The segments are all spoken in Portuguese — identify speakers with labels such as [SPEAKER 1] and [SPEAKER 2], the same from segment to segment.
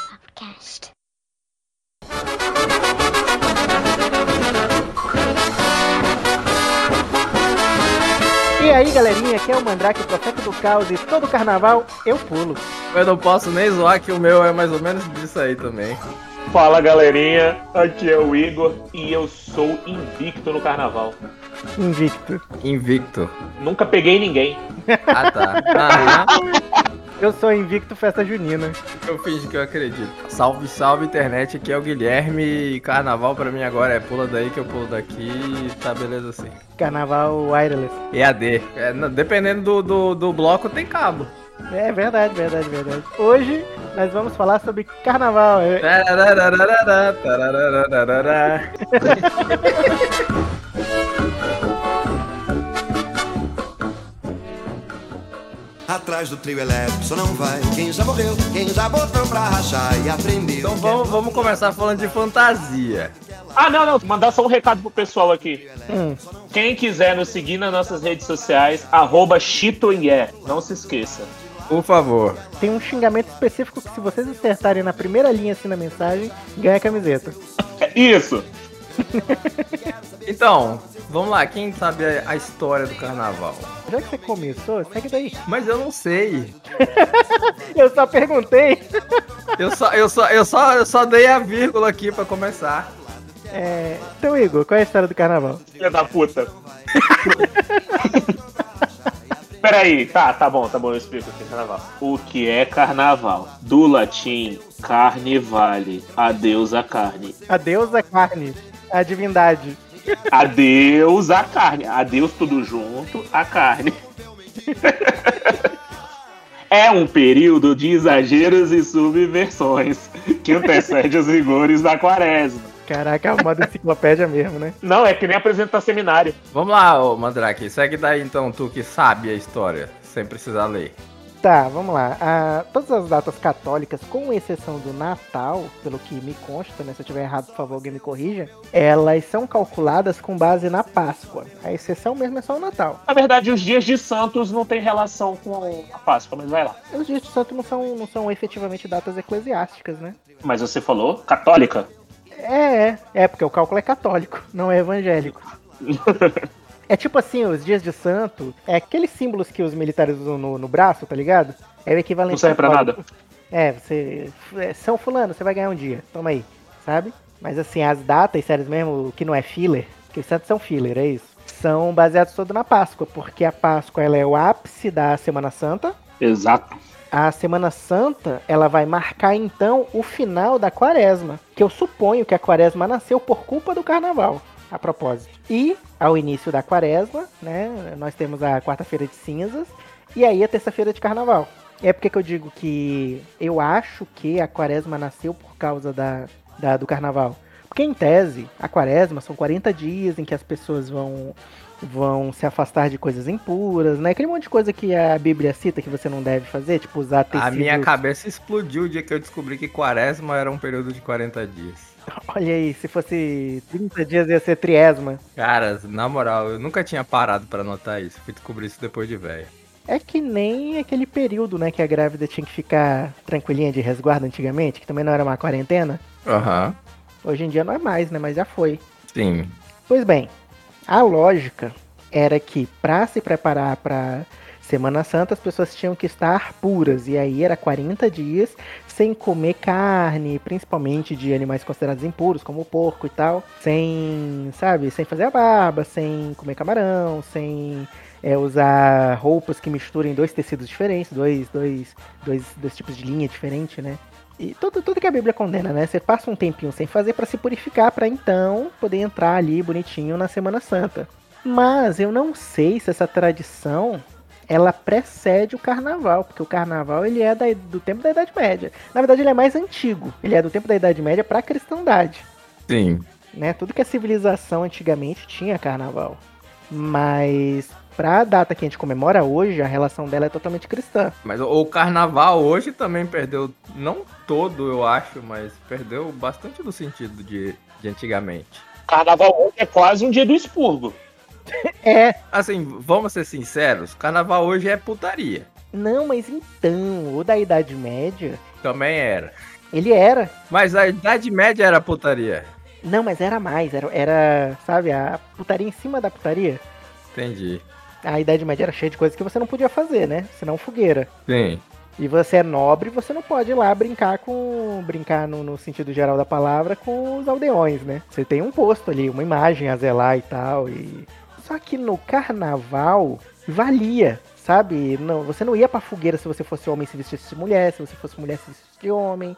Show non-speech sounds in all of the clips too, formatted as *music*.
[SPEAKER 1] Podcast.
[SPEAKER 2] E aí, galerinha, aqui é o Mandrake, o profeta do caos e todo carnaval eu pulo.
[SPEAKER 3] Eu não posso nem zoar que o meu é mais ou menos disso aí também.
[SPEAKER 4] Fala galerinha, aqui é o Igor e eu sou invicto no carnaval.
[SPEAKER 2] Invicto.
[SPEAKER 3] Invicto.
[SPEAKER 4] Nunca peguei ninguém.
[SPEAKER 3] Ah tá. Aham.
[SPEAKER 2] Eu sou invicto festa junina.
[SPEAKER 3] Eu fingi que eu acredito. Salve, salve internet, aqui é o Guilherme e carnaval pra mim agora é pula daí que eu pulo daqui e tá beleza assim.
[SPEAKER 2] Carnaval wireless.
[SPEAKER 3] EAD. É, não, dependendo do, do, do bloco tem cabo.
[SPEAKER 2] É verdade, verdade, verdade. Hoje nós vamos falar sobre carnaval. É,
[SPEAKER 3] Tararararará, tarararararará.
[SPEAKER 5] Atrás do trio elétrico só não vai quem já morreu, quem já botou pra rachar e aprendeu.
[SPEAKER 3] Então vamos, vamos começar falando de fantasia.
[SPEAKER 4] Ah, não, não, mandar só um recado pro pessoal aqui.
[SPEAKER 2] Hum.
[SPEAKER 4] Quem quiser nos seguir nas nossas redes sociais, arroba Chitoyé, não se esqueça.
[SPEAKER 3] Por favor.
[SPEAKER 2] Tem um xingamento específico que se vocês acertarem na primeira linha assim na mensagem, ganha camiseta.
[SPEAKER 4] É isso!
[SPEAKER 3] Então, vamos lá, quem sabe a- a história do carnaval?
[SPEAKER 2] Já que você começou, segue daí.
[SPEAKER 3] Mas eu não sei.
[SPEAKER 2] Eu só perguntei.
[SPEAKER 3] Eu só, eu só, eu só, eu só dei a vírgula aqui pra começar.
[SPEAKER 2] É, Então, Igor, qual é a história do carnaval?
[SPEAKER 4] Filha da puta. *laughs* Peraí, tá, tá bom, tá bom, eu explico o que é carnaval. O que é carnaval? Do latim, carnevale, adeus à carne.
[SPEAKER 2] Adeus à é carne, à divindade.
[SPEAKER 4] Adeus à carne. Adeus tudo junto à carne. É um período de exageros e subversões que antecede os rigores da quaresma.
[SPEAKER 2] Caraca, é o modo enciclopédia mesmo, né?
[SPEAKER 4] Não, é que nem apresentar seminário.
[SPEAKER 3] Vamos lá, ô Mandrake, segue daí então, tu que sabe a história, sem precisar ler.
[SPEAKER 2] Tá, vamos lá. Ah, todas as datas católicas, com exceção do Natal, pelo que me consta, né? Se eu tiver errado, por favor, alguém me corrija. Elas são calculadas com base na Páscoa. A exceção mesmo é só o Natal.
[SPEAKER 4] Na verdade, os dias de Santos não tem relação com a Páscoa, mas vai lá.
[SPEAKER 2] Os dias de santo não são, não são efetivamente datas eclesiásticas, né?
[SPEAKER 4] Mas você falou católica?
[SPEAKER 2] É, é. É, porque o cálculo é católico, não é evangélico. é tipo assim, os dias de santo, é aqueles símbolos que os militares usam no, no braço, tá ligado? É o equivalente
[SPEAKER 4] Não serve pra
[SPEAKER 2] ao-
[SPEAKER 4] nada.
[SPEAKER 2] É, você. é, São Fulano, você vai ganhar um dia. Toma aí, sabe? Mas assim, as datas sérias mesmo, o que não é filler, que os santos são filler, é isso. São baseados todo na Páscoa, porque a Páscoa ela é o ápice da Semana Santa.
[SPEAKER 4] Exato.
[SPEAKER 2] A Semana Santa, ela vai marcar então o final da Quaresma, que eu suponho que a Quaresma nasceu por culpa do Carnaval, a propósito. E ao início da Quaresma, né, nós temos a quarta-feira de cinzas e aí a terça-feira de Carnaval. É porque que eu digo que eu acho que a Quaresma nasceu por causa da, da- do Carnaval. Porque em tese, a Quaresma são 40 dias em que as pessoas vão vão se afastar de coisas impuras, né? Aquele monte de coisa que a Bíblia cita que você não deve fazer, tipo usar tecido.
[SPEAKER 3] A minha cabeça explodiu o dia que eu descobri que quaresma era um período de 40 dias.
[SPEAKER 2] Olha aí, se fosse 30 dias ia ser triesma.
[SPEAKER 3] Cara, na moral, eu nunca tinha parado pra anotar isso, fui descobrir isso depois de velho.
[SPEAKER 2] É que nem aquele período, né, que a grávida tinha que ficar tranquilinha de resguardo antigamente, que também não era uma quarentena.
[SPEAKER 3] Aham,
[SPEAKER 2] Hoje em dia não é mais, né, mas já foi.
[SPEAKER 3] sim.
[SPEAKER 2] Pois bem, a lógica era que para se preparar para Semana Santa as pessoas tinham que estar puras e aí era 40 dias sem comer carne, principalmente de animais considerados impuros, como o porco e tal, sem, sabe, sem fazer a barba, sem comer camarão, sem é, usar roupas que misturem dois tecidos diferentes, dois, dois, dois, dois tipos de linha diferente, né? E tudo, tudo que a Bíblia condena, né? Você passa um tempinho sem fazer pra se purificar, pra então poder entrar ali bonitinho na Semana Santa. Mas eu não sei se essa tradição ela precede o carnaval, porque o carnaval ele é da- do tempo da Idade Média. Na verdade, ele é mais antigo. Ele é do tempo da Idade Média pra cristandade
[SPEAKER 3] Sim.
[SPEAKER 2] né? Tudo que a civilização antigamente tinha é carnaval. Mas pra data que a gente comemora hoje, a relação dela é totalmente cristã.
[SPEAKER 3] Mas o- o carnaval hoje também perdeu, não todo eu acho, mas perdeu bastante do sentido de, de antigamente.
[SPEAKER 4] Carnaval hoje é quase um dia do expurgo.
[SPEAKER 2] É,
[SPEAKER 3] Assim, vamos ser sinceros, carnaval hoje é putaria.
[SPEAKER 2] Não, mas então, o da Idade Média,
[SPEAKER 3] Também era.
[SPEAKER 2] ele era.
[SPEAKER 3] Mas a Idade Média era putaria.
[SPEAKER 2] Não, mas era mais, era, era sabe, a putaria em cima da putaria.
[SPEAKER 3] Entendi.
[SPEAKER 2] A Idade Média era cheia de coisas que você não podia fazer, né? Senão fogueira.
[SPEAKER 3] Sim.
[SPEAKER 2] E você é nobre, você não pode ir lá brincar com. brincar no, no sentido geral da palavra com os aldeões, né? Você tem um posto ali, uma imagem a zelar e tal. E... Só que no carnaval valia, sabe? Não, você não ia pra fogueira se você fosse homem se vestisse de mulher, se você fosse mulher se vestisse de homem.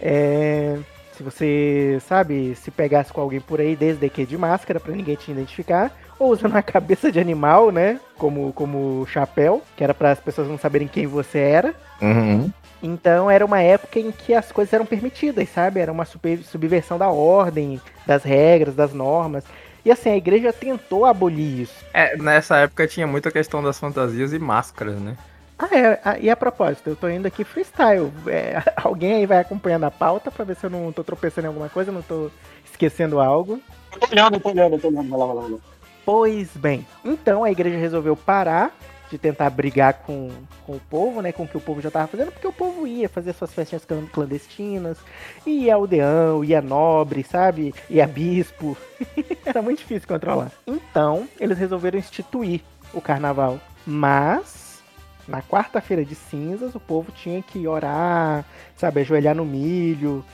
[SPEAKER 2] É, Se você, sabe, se pegasse com alguém por aí, desde que de máscara, pra ninguém te identificar, ou usando a *laughs* cabeça de animal, né? Como, como chapéu, que era para as pessoas não saberem quem você era.
[SPEAKER 1] Uhum.
[SPEAKER 2] Então era uma época em que as coisas eram permitidas, sabe? Era uma super- subversão da ordem, das regras, das normas. E assim, a igreja tentou abolir isso.
[SPEAKER 3] É, nessa época tinha muita questão das fantasias e máscaras, né?
[SPEAKER 2] Ah, é, ah, e a propósito, eu tô indo aqui freestyle. É, *laughs* alguém aí vai acompanhando a pauta pra ver se eu não tô tropeçando em alguma coisa, não tô esquecendo algo.
[SPEAKER 6] Tô olhando, tô olhando, tô olhando. Vai lá, vai lá, vai lá.
[SPEAKER 2] Pois bem, então a igreja resolveu parar de tentar brigar com, com o povo, né? Com o que o povo já tava fazendo, porque o povo ia fazer suas festinhas clan- clandestinas, ia aldeão, ia nobre, sabe? Ia bispo. *laughs* Era muito difícil controlar. Então, eles resolveram instituir o carnaval. Mas, na quarta-feira de cinzas, o povo tinha que orar, sabe? Ajoelhar no milho.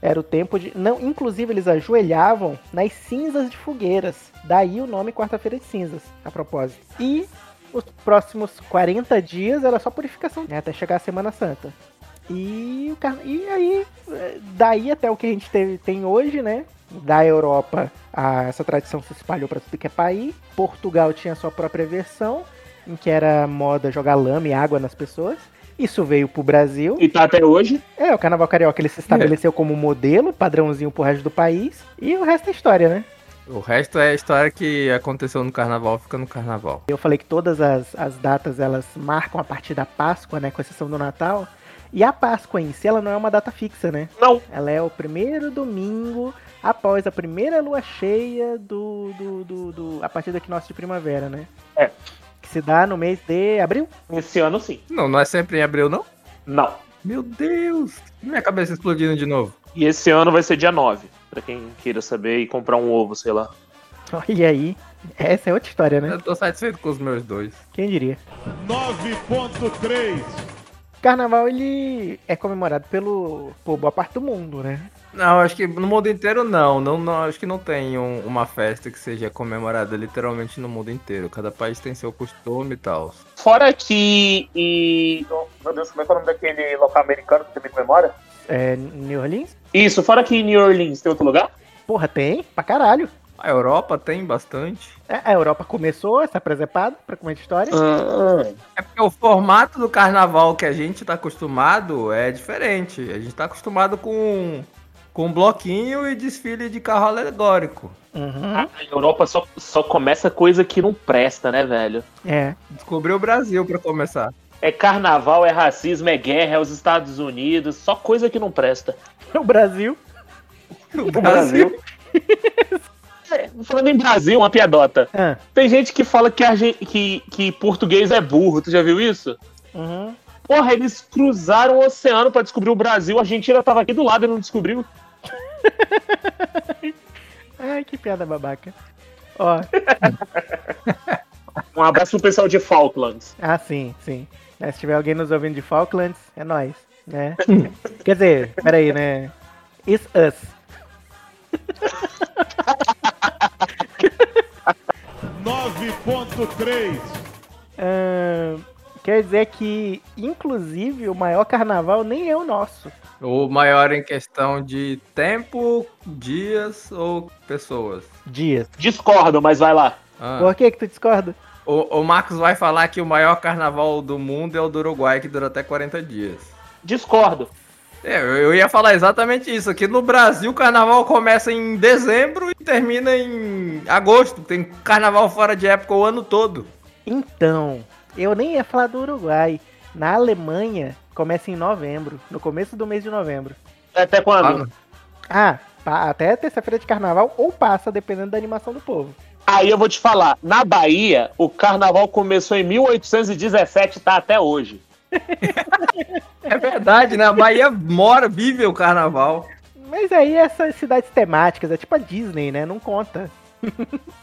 [SPEAKER 2] Era o tempo de. Não, inclusive eles ajoelhavam nas cinzas de fogueiras. Daí o nome Quarta-feira de Cinzas, a propósito. E os próximos 40 dias era só purificação, né? Até chegar a Semana Santa. E, o car- e aí, eh, daí até o que a gente teve- tem hoje, né? Da Europa, a- essa tradição se espalhou para tudo que é país. Portugal tinha sua própria versão, em que era moda jogar lama e água nas pessoas. Isso veio pro Brasil.
[SPEAKER 6] E tá até hoje?
[SPEAKER 2] É, o Carnaval Carioca ele se estabeleceu como um modelo, padrãozinho pro resto do país, e o resto é história, né?
[SPEAKER 3] O resto é a história que aconteceu no carnaval, fica no carnaval.
[SPEAKER 2] Eu falei que todas as, as datas elas marcam a partir da Páscoa, né, com exceção do Natal, e a Páscoa em si ela não é uma data fixa, né?
[SPEAKER 6] Não.
[SPEAKER 2] Ela é o primeiro domingo após a primeira lua cheia do, do, do, do- a partir do equinócio de primavera, né?
[SPEAKER 6] É.
[SPEAKER 2] Que se dá no mês de abril. *laughs*
[SPEAKER 6] Esse ano sim.
[SPEAKER 3] Não, não é sempre em abril, não?
[SPEAKER 6] Não.
[SPEAKER 3] Meu Deus! Minha cabeça explodindo de novo.
[SPEAKER 6] E esse ano vai ser dia 9. Pra quem queira saber e comprar um ovo, sei lá.
[SPEAKER 2] Olha aí, essa é outra história, né?
[SPEAKER 3] Eu tô satisfeito com os meus dois.
[SPEAKER 2] Quem diria?
[SPEAKER 4] 9.3.
[SPEAKER 2] Carnaval ele é comemorado pelo por boa parte do mundo, né?
[SPEAKER 3] Não, acho que no mundo inteiro não. não, não- acho que não tem um- uma festa que seja comemorada literalmente no mundo inteiro. Cada país tem seu costume e tal.
[SPEAKER 6] Fora que. E. oh, Meu Deus, como é que é o nome daquele local americano que também comemora?
[SPEAKER 2] É, New Orleans?
[SPEAKER 6] Isso, fora que em New Orleans tem outro lugar?
[SPEAKER 2] Porra, tem, pra caralho.
[SPEAKER 3] A Europa tem bastante.
[SPEAKER 2] É, A Europa começou essa presepada pra comer de história.
[SPEAKER 3] É porque o formato do carnaval que a gente tá acostumado é diferente. A gente tá acostumado com, com um bloquinho e desfile de carro alegórico.
[SPEAKER 2] Uhum.
[SPEAKER 6] A Europa só, só começa coisa que não presta, né, velho?
[SPEAKER 2] É. *laughs*
[SPEAKER 3] Descobriu o Brasil pra começar. *laughs*
[SPEAKER 6] É carnaval, é racismo, é guerra, é os Estados Unidos, só coisa que não presta.
[SPEAKER 2] O Brasil.
[SPEAKER 3] O
[SPEAKER 6] É, falando em Brasil, uma piadota.
[SPEAKER 2] Ah,
[SPEAKER 6] Tem gente que fala que, argen- que, que português é burro, tu já viu isso?
[SPEAKER 2] uhum.
[SPEAKER 6] Porra, eles cruzaram o oceano pra descobrir o Brasil, a Argentina tava aqui do lado e não descobriu.
[SPEAKER 2] Ai, que piada babaca. Ó,
[SPEAKER 6] Um abraço pro pessoal de Falklands.
[SPEAKER 2] ah, sim, sim. Né, se tiver alguém nos ouvindo de Falklands, é nós, né? Quer dizer, peraí, né? It's us.
[SPEAKER 4] 9.3.
[SPEAKER 2] Ahn, quer dizer que, inclusive, o maior carnaval nem é o nosso.
[SPEAKER 3] O maior em questão de tempo, dias ou pessoas.
[SPEAKER 2] Dias.
[SPEAKER 6] Discordo, mas vai lá.
[SPEAKER 3] Ah.
[SPEAKER 2] Por que que tu discorda?
[SPEAKER 3] O, o Marcos vai falar que o maior carnaval do mundo é o do Uruguai, que dura até 40 dias.
[SPEAKER 6] Discordo.
[SPEAKER 3] É, eu, eu ia falar exatamente isso. Aqui no Brasil, o carnaval começa em dezembro e termina em agosto. Tem carnaval fora de época o ano todo.
[SPEAKER 2] Então, eu nem ia falar do Uruguai. Na Alemanha, começa em novembro, no começo do mês de novembro.
[SPEAKER 6] É Até quando?
[SPEAKER 2] Ah, pa- até terça-feira de carnaval ou passa, dependendo da animação do povo.
[SPEAKER 6] Aí eu vou te falar, na Bahia, o carnaval começou em 1817 e tá até hoje.
[SPEAKER 3] É verdade, né? A Bahia mora, vive o carnaval. *laughs*
[SPEAKER 2] Mas aí essas cidades temáticas, é tipo a Disney, né? Não conta.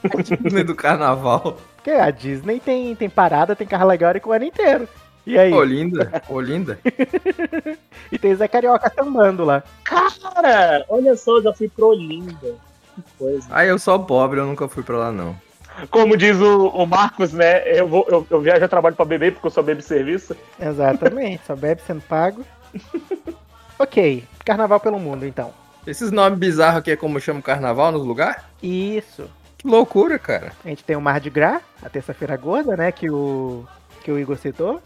[SPEAKER 3] A Disney do carnaval.
[SPEAKER 2] Porque a Disney tem, tem parada, tem carro alegórico o ano inteiro. E aí?
[SPEAKER 3] Olinda, Olinda.
[SPEAKER 2] E tem Zé Carioca sambando lá.
[SPEAKER 1] Cara, olha só, eu já fui pro Olinda. Que coisa.
[SPEAKER 3] Aí eu sou pobre, eu nunca fui pra lá, não.
[SPEAKER 4] Como diz o, o Marcos, né? Eu, vou, eu, eu viajo a trabalho pra beber porque eu só bebo serviço.
[SPEAKER 2] Exatamente, só bebe sendo *laughs* pago. ok, carnaval pelo mundo então.
[SPEAKER 3] Esses nomes bizarros aqui é como chama o carnaval nos lugares?
[SPEAKER 2] Isso.
[SPEAKER 3] Que loucura, cara.
[SPEAKER 2] A gente tem o Mar de Gras, a terça-feira gorda, né? Que o, que o Igor citou,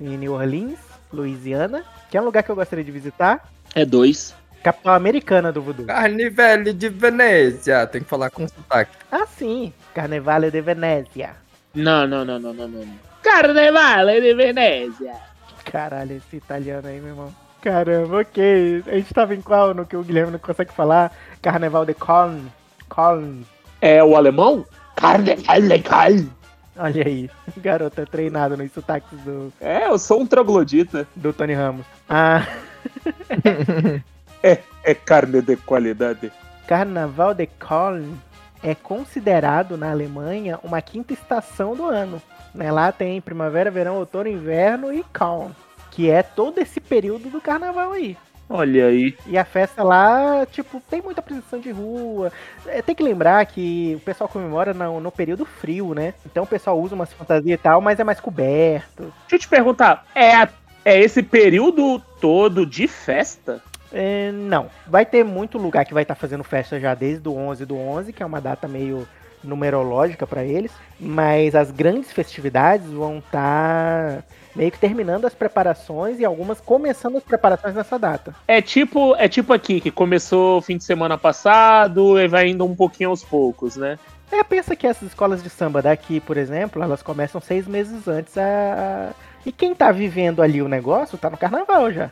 [SPEAKER 2] em New Orleans, Louisiana, que é um lugar que eu gostaria de visitar.
[SPEAKER 6] É dois.
[SPEAKER 2] Capital americana do voodoo.
[SPEAKER 3] Carnivale de Venezia. Tem que falar com sotaque.
[SPEAKER 2] Ah, sim, Carnevale de Venezia.
[SPEAKER 1] Não, não, não, não, não, não. não. Carnevale de Venezia.
[SPEAKER 2] Caralho, esse italiano aí, meu irmão. Caramba, ok. A gente tava em qual no que o Guilherme não consegue falar? Carnaval de Coln. Coln.
[SPEAKER 4] É o alemão? Carnaval legal.
[SPEAKER 2] Olha aí, *laughs* garota treinada nos sotaques do,
[SPEAKER 4] É, eu sou um troglodita.
[SPEAKER 2] do Tony Ramos. Ah,
[SPEAKER 4] É carne de qualidade.
[SPEAKER 2] Carnaval de Köln é considerado na Alemanha uma quinta estação do ano. né? Lá tem primavera, verão, outono, inverno e Köln, que é todo esse período do carnaval aí.
[SPEAKER 6] Olha aí.
[SPEAKER 2] E a festa lá, tipo, tem muita apresentação de rua. É, Tem que lembrar que o pessoal comemora no, no período frio, né? Então o pessoal usa umas fantasias e tal, mas é mais coberto.
[SPEAKER 6] Deixa eu te perguntar, é, a- é esse período todo de festa?
[SPEAKER 2] É, não. Vai ter muito lugar que vai estar fazendo festa já desde o 11 do 11, que é uma data meio numerológica para eles, mas as grandes festividades vão estar meio que terminando as preparações e algumas começando as preparações nessa data.
[SPEAKER 4] É tipo, é tipo aqui, que começou fim de semana passado e vai indo um pouquinho aos poucos, né?
[SPEAKER 2] É, pensa que essas escolas de samba daqui, por exemplo, elas começam seis meses antes a... E quem tá vivendo ali o negócio tá no carnaval já.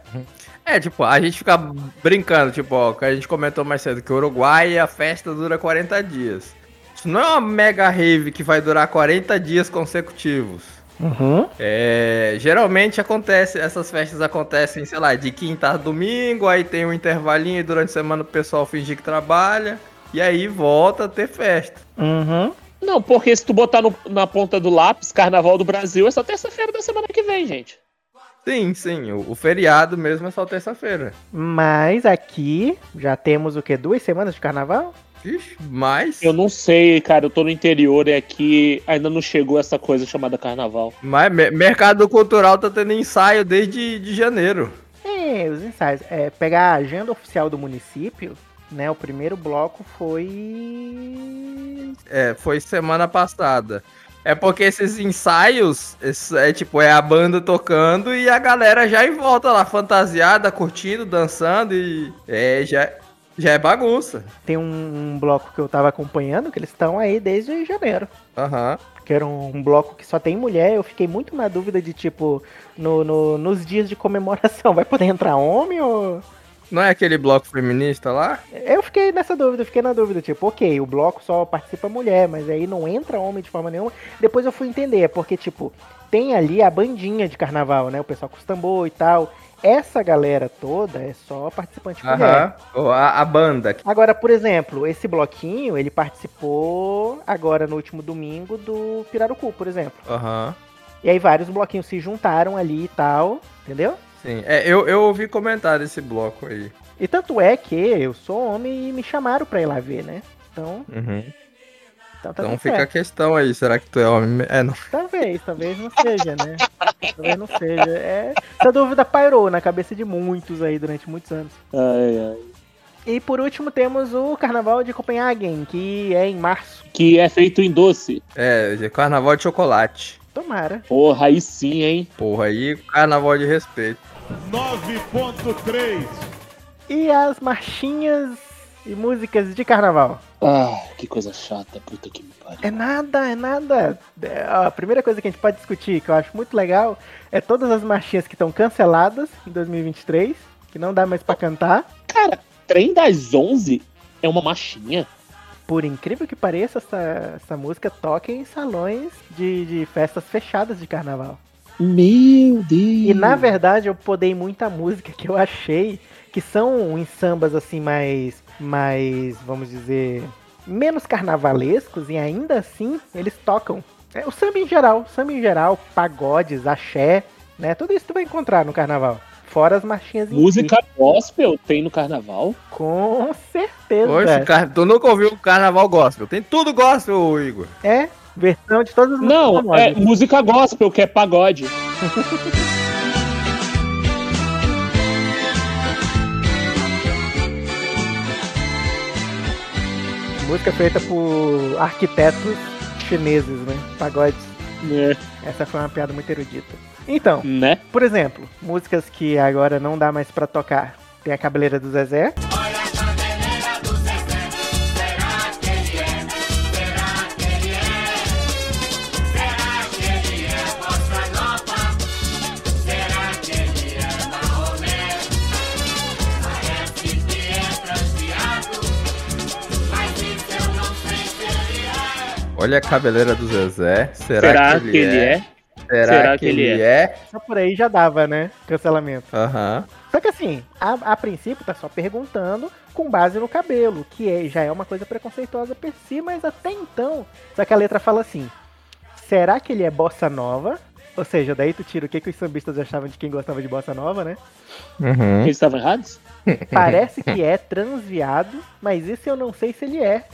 [SPEAKER 3] É, tipo, a gente fica brincando, tipo, ó, que a gente comentou mais cedo que o Uruguai a festa dura 40 dias. Isso não é uma mega rave que vai durar 40 dias consecutivos.
[SPEAKER 2] Uhum.
[SPEAKER 3] É, geralmente acontece, essas festas acontecem, sei lá, de quinta a domingo, aí tem um intervalinho e durante a semana o pessoal finge que trabalha e aí volta a ter festa.
[SPEAKER 2] Uhum.
[SPEAKER 4] Não, porque se tu botar no- na ponta do lápis, Carnaval do Brasil é só terça-feira da semana que vem, gente.
[SPEAKER 3] Sim, sim, o, o feriado mesmo é só terça-feira.
[SPEAKER 2] Mas aqui já temos o quê? Duas semanas de carnaval?
[SPEAKER 3] Ixi, mas,
[SPEAKER 4] Eu não sei, cara, eu tô no interior e aqui ainda não chegou essa coisa chamada Carnaval.
[SPEAKER 3] mas me- mercado cultural tá tendo ensaio desde de janeiro.
[SPEAKER 2] É, os ensaios. É, pegar a agenda oficial do município, né? O primeiro bloco foi.
[SPEAKER 3] É, foi semana passada. É porque esses ensaios, esse- é tipo, é a banda tocando e a galera já em volta lá, fantasiada, curtindo, dançando e é, já, já é bagunça.
[SPEAKER 2] Tem um, um bloco que eu tava acompanhando, que eles estão aí desde janeiro.
[SPEAKER 3] Aham.
[SPEAKER 2] Que era um, um bloco que só tem mulher. Eu fiquei muito na dúvida de, tipo, no, no- nos dias de comemoração, *laughs* vai poder entrar homem ou.
[SPEAKER 3] Não é aquele bloco feminista lá?
[SPEAKER 2] Eu fiquei nessa dúvida, eu fiquei na dúvida, tipo, ok, o bloco só participa mulher, mas aí não entra homem de forma nenhuma. Depois eu fui entender, é porque, tipo, tem ali a bandinha de carnaval, né? O pessoal com os tambor e tal. Essa galera toda é só participante mulher.
[SPEAKER 3] Aham. É. Ou A, a banda.
[SPEAKER 2] Agora, por exemplo, esse bloquinho, ele participou agora no último domingo do Pirarucu, por exemplo.
[SPEAKER 3] Aham.
[SPEAKER 2] E aí vários bloquinhos se juntaram ali e tal, entendeu?
[SPEAKER 3] Sim. É, eu, eu ouvi comentar desse bloco aí.
[SPEAKER 2] E tanto é que eu sou homem e me chamaram pra ir lá ver, né? Então, então tá
[SPEAKER 3] Então
[SPEAKER 2] tudo
[SPEAKER 3] fica a questão aí, será que tu é homem? É, não.
[SPEAKER 2] Talvez, talvez não seja, né? Talvez não seja. É, essa dúvida pairou na cabeça de muitos aí durante muitos anos.
[SPEAKER 4] Ai, ai.
[SPEAKER 2] E por último temos o Carnaval de Copenhagen, que é em março.
[SPEAKER 4] Que é feito em doce.
[SPEAKER 3] É, carnaval de chocolate.
[SPEAKER 2] Tomara.
[SPEAKER 4] Porra, aí sim, hein?
[SPEAKER 3] Porra, aí carnaval de respeito.
[SPEAKER 7] 9.3
[SPEAKER 2] E as marchinhas e músicas de carnaval.
[SPEAKER 4] Ah, que coisa chata, puta que me pariu.
[SPEAKER 2] É nada, é nada. É, a primeira coisa que a gente pode discutir, que eu acho muito legal, é todas as marchinhas que estão canceladas em 2023, que não dá mais pra cantar.
[SPEAKER 4] Cara, trem das 11 é uma machinha.
[SPEAKER 2] Por incrível que pareça, essa, essa música toca em salões de, de festas fechadas de carnaval.
[SPEAKER 1] Meu Deus.
[SPEAKER 2] E na verdade eu podei muita música que eu achei que são em sambas assim mais mais, vamos dizer, menos carnavalescos e ainda assim eles tocam. É, o samba em geral, samba em geral, pagodes, axé, né? Tudo isso tu vai encontrar no carnaval. Fora as marchinhas em
[SPEAKER 4] Música gospel tem no carnaval?
[SPEAKER 2] si. Com certeza.
[SPEAKER 3] Poxa, car... tu nunca ouviu o carnaval gospel. Tem tudo gospel, Igor.
[SPEAKER 2] É, versão de todas as músicas
[SPEAKER 4] Não,
[SPEAKER 2] famosas.
[SPEAKER 4] é música gospel, que é pagode.
[SPEAKER 2] Música feita por arquitetos chineses, né? Pagodes.
[SPEAKER 4] né?
[SPEAKER 2] Essa foi uma piada muito erudita. Então,
[SPEAKER 4] Né?
[SPEAKER 2] por exemplo, músicas que agora não dá mais pra tocar. Tem a Cabeleira do Zezé.
[SPEAKER 3] Olha a cabeleira do Zezé. Será,
[SPEAKER 4] Será, que ele é?
[SPEAKER 3] Será, que, ele é?
[SPEAKER 2] Só por aí já dava, né? Cancelamento.
[SPEAKER 3] Aham.
[SPEAKER 2] Só que assim, a, a princípio tá só perguntando com base no cabelo, que é- já é uma coisa preconceituosa per si, mas até então. Só que a letra fala assim: será que ele é bossa nova? Ou seja, daí tu tira o que, que os sambistas achavam de quem gostava de bossa nova, né?
[SPEAKER 3] Uhum.
[SPEAKER 4] Eles estavam errados?
[SPEAKER 2] *laughs* Parece que é transviado, mas isso eu não sei se ele é.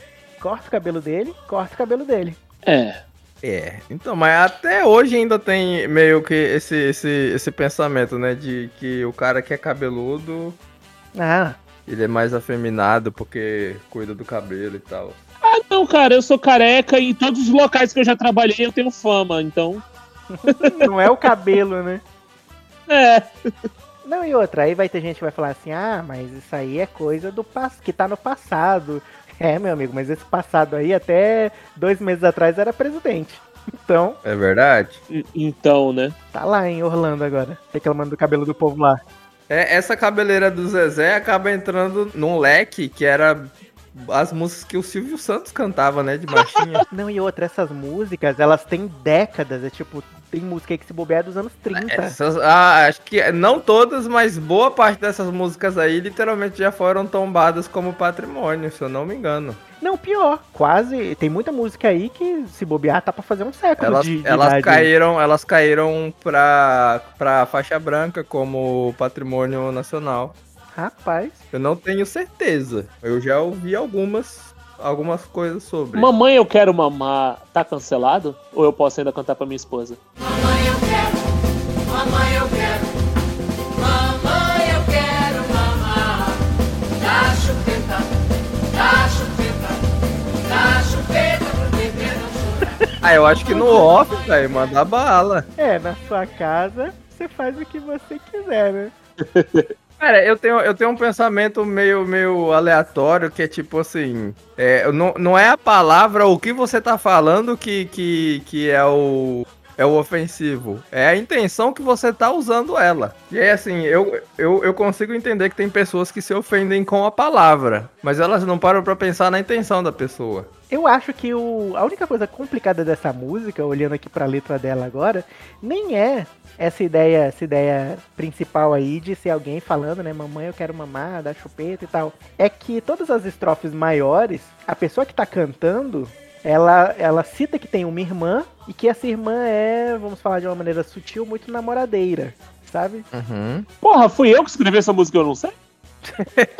[SPEAKER 2] Corta o cabelo dele, corta o cabelo dele.
[SPEAKER 4] É.
[SPEAKER 3] É, então, mas até hoje ainda tem meio que esse, esse, esse pensamento, né? De que o cara que é cabeludo,
[SPEAKER 2] Ah,
[SPEAKER 3] ele é mais afeminado porque cuida do cabelo e tal.
[SPEAKER 4] Ah, não, cara, eu sou careca e em todos os locais que eu já trabalhei eu tenho fama, então.
[SPEAKER 2] não é o cabelo, né?
[SPEAKER 4] É.
[SPEAKER 2] Não, e outra, aí vai ter gente que vai falar assim, ah, mas isso aí é coisa do pas que tá no passado. É, meu amigo, mas esse passado aí até dois meses atrás era presidente. Então,
[SPEAKER 3] É verdade?
[SPEAKER 4] E- Então, né?
[SPEAKER 2] tá lá em Orlando agora, reclamando do cabelo do povo lá.
[SPEAKER 3] É, essa cabeleira do Zezé acaba entrando num leque que era as músicas que o Silvio Santos cantava, né? De baixinha.
[SPEAKER 2] Não, e outra, essas músicas, elas têm décadas, é tipo, tem música aí que se bobear é dos anos 30.
[SPEAKER 3] Essas- ah, acho que não todas, mas boa parte dessas músicas aí literalmente já foram tombadas como patrimônio, se eu não me engano.
[SPEAKER 2] Não, pior, quase, tem muita música aí que se bobear tá pra fazer um século
[SPEAKER 3] Elas,
[SPEAKER 2] de, de
[SPEAKER 3] elas
[SPEAKER 2] idade.
[SPEAKER 3] caíram, elas caíram pra, pra faixa branca como patrimônio nacional.
[SPEAKER 2] Rapaz,
[SPEAKER 3] Eu não tenho certeza. Eu já ouvi algumas, algumas coisas sobre.
[SPEAKER 4] Mamãe, eu quero mamar. Tá cancelado? Ou eu posso ainda cantar pra minha esposa?
[SPEAKER 8] Mamãe, eu quero, mamãe, eu quero, mamãe, eu quero mamar. Dá chupeta, dá chupeta, dá chupeta pro bebê não chorar.
[SPEAKER 3] Ah, eu acho que no off, velho, manda bala.
[SPEAKER 2] é, na sua casa, você faz o que você quiser, né?
[SPEAKER 3] Cara, eu tenho, eu tenho um pensamento meio, meio aleatório que é tipo assim: é, não, não é a palavra o que você tá falando que, que, que é o. É o ofensivo. É a intenção que você tá usando ela. E é assim, eu, eu, eu consigo entender que tem pessoas que se ofendem com a palavra, mas elas não param pra pensar na intenção da pessoa.
[SPEAKER 2] Eu acho que o, a única coisa complicada dessa música, olhando aqui pra letra dela agora, nem é essa ideia, essa ideia principal aí de ser alguém falando, né, mamãe, eu quero mamar, dar chupeta e tal. É que todas as estrofes maiores, a pessoa que tá cantando, ela, ela cita que tem uma irmã e que essa irmã é, vamos falar de uma maneira sutil, muito namoradeira, sabe?
[SPEAKER 3] Uhum.
[SPEAKER 4] Porra, fui eu que escrevi essa música, eu não sei?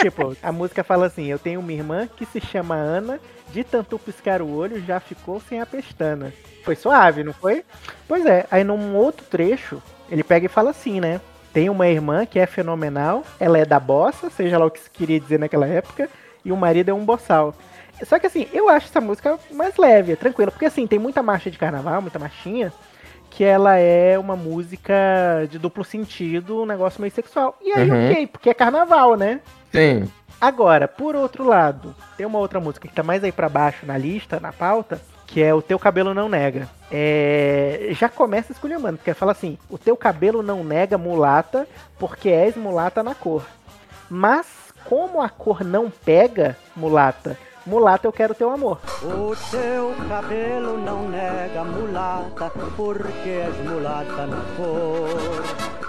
[SPEAKER 2] Tipo, a música fala assim: Eu tenho uma irmã que se chama Ana, de tanto piscar o olho já ficou sem a pestana. Foi suave, não foi? Pois é, aí num outro trecho, ele pega e fala assim, né? Tem uma irmã que é fenomenal, ela é da bossa, seja lá o que se queria dizer naquela época, e o marido é um boçal. Só que assim, eu acho essa música mais leve, é tranquila, porque assim, tem muita marcha de carnaval, muita marchinha, que ela é uma música de duplo sentido, um negócio meio sexual. E aí,
[SPEAKER 3] Uhum.
[SPEAKER 2] ok, porque é carnaval, né?
[SPEAKER 3] Sim.
[SPEAKER 2] Agora, por outro lado, tem uma outra música que tá mais aí pra baixo na lista, na pauta, que é O Teu Cabelo Não Nega. É, Já começa esculhambando, porque fala assim: O teu cabelo não nega mulata, porque és mulata na cor. Mas como a cor não pega mulata, Mulata, eu quero teu amor.
[SPEAKER 9] O teu cabelo não nega mulata, porque és mulata na cor.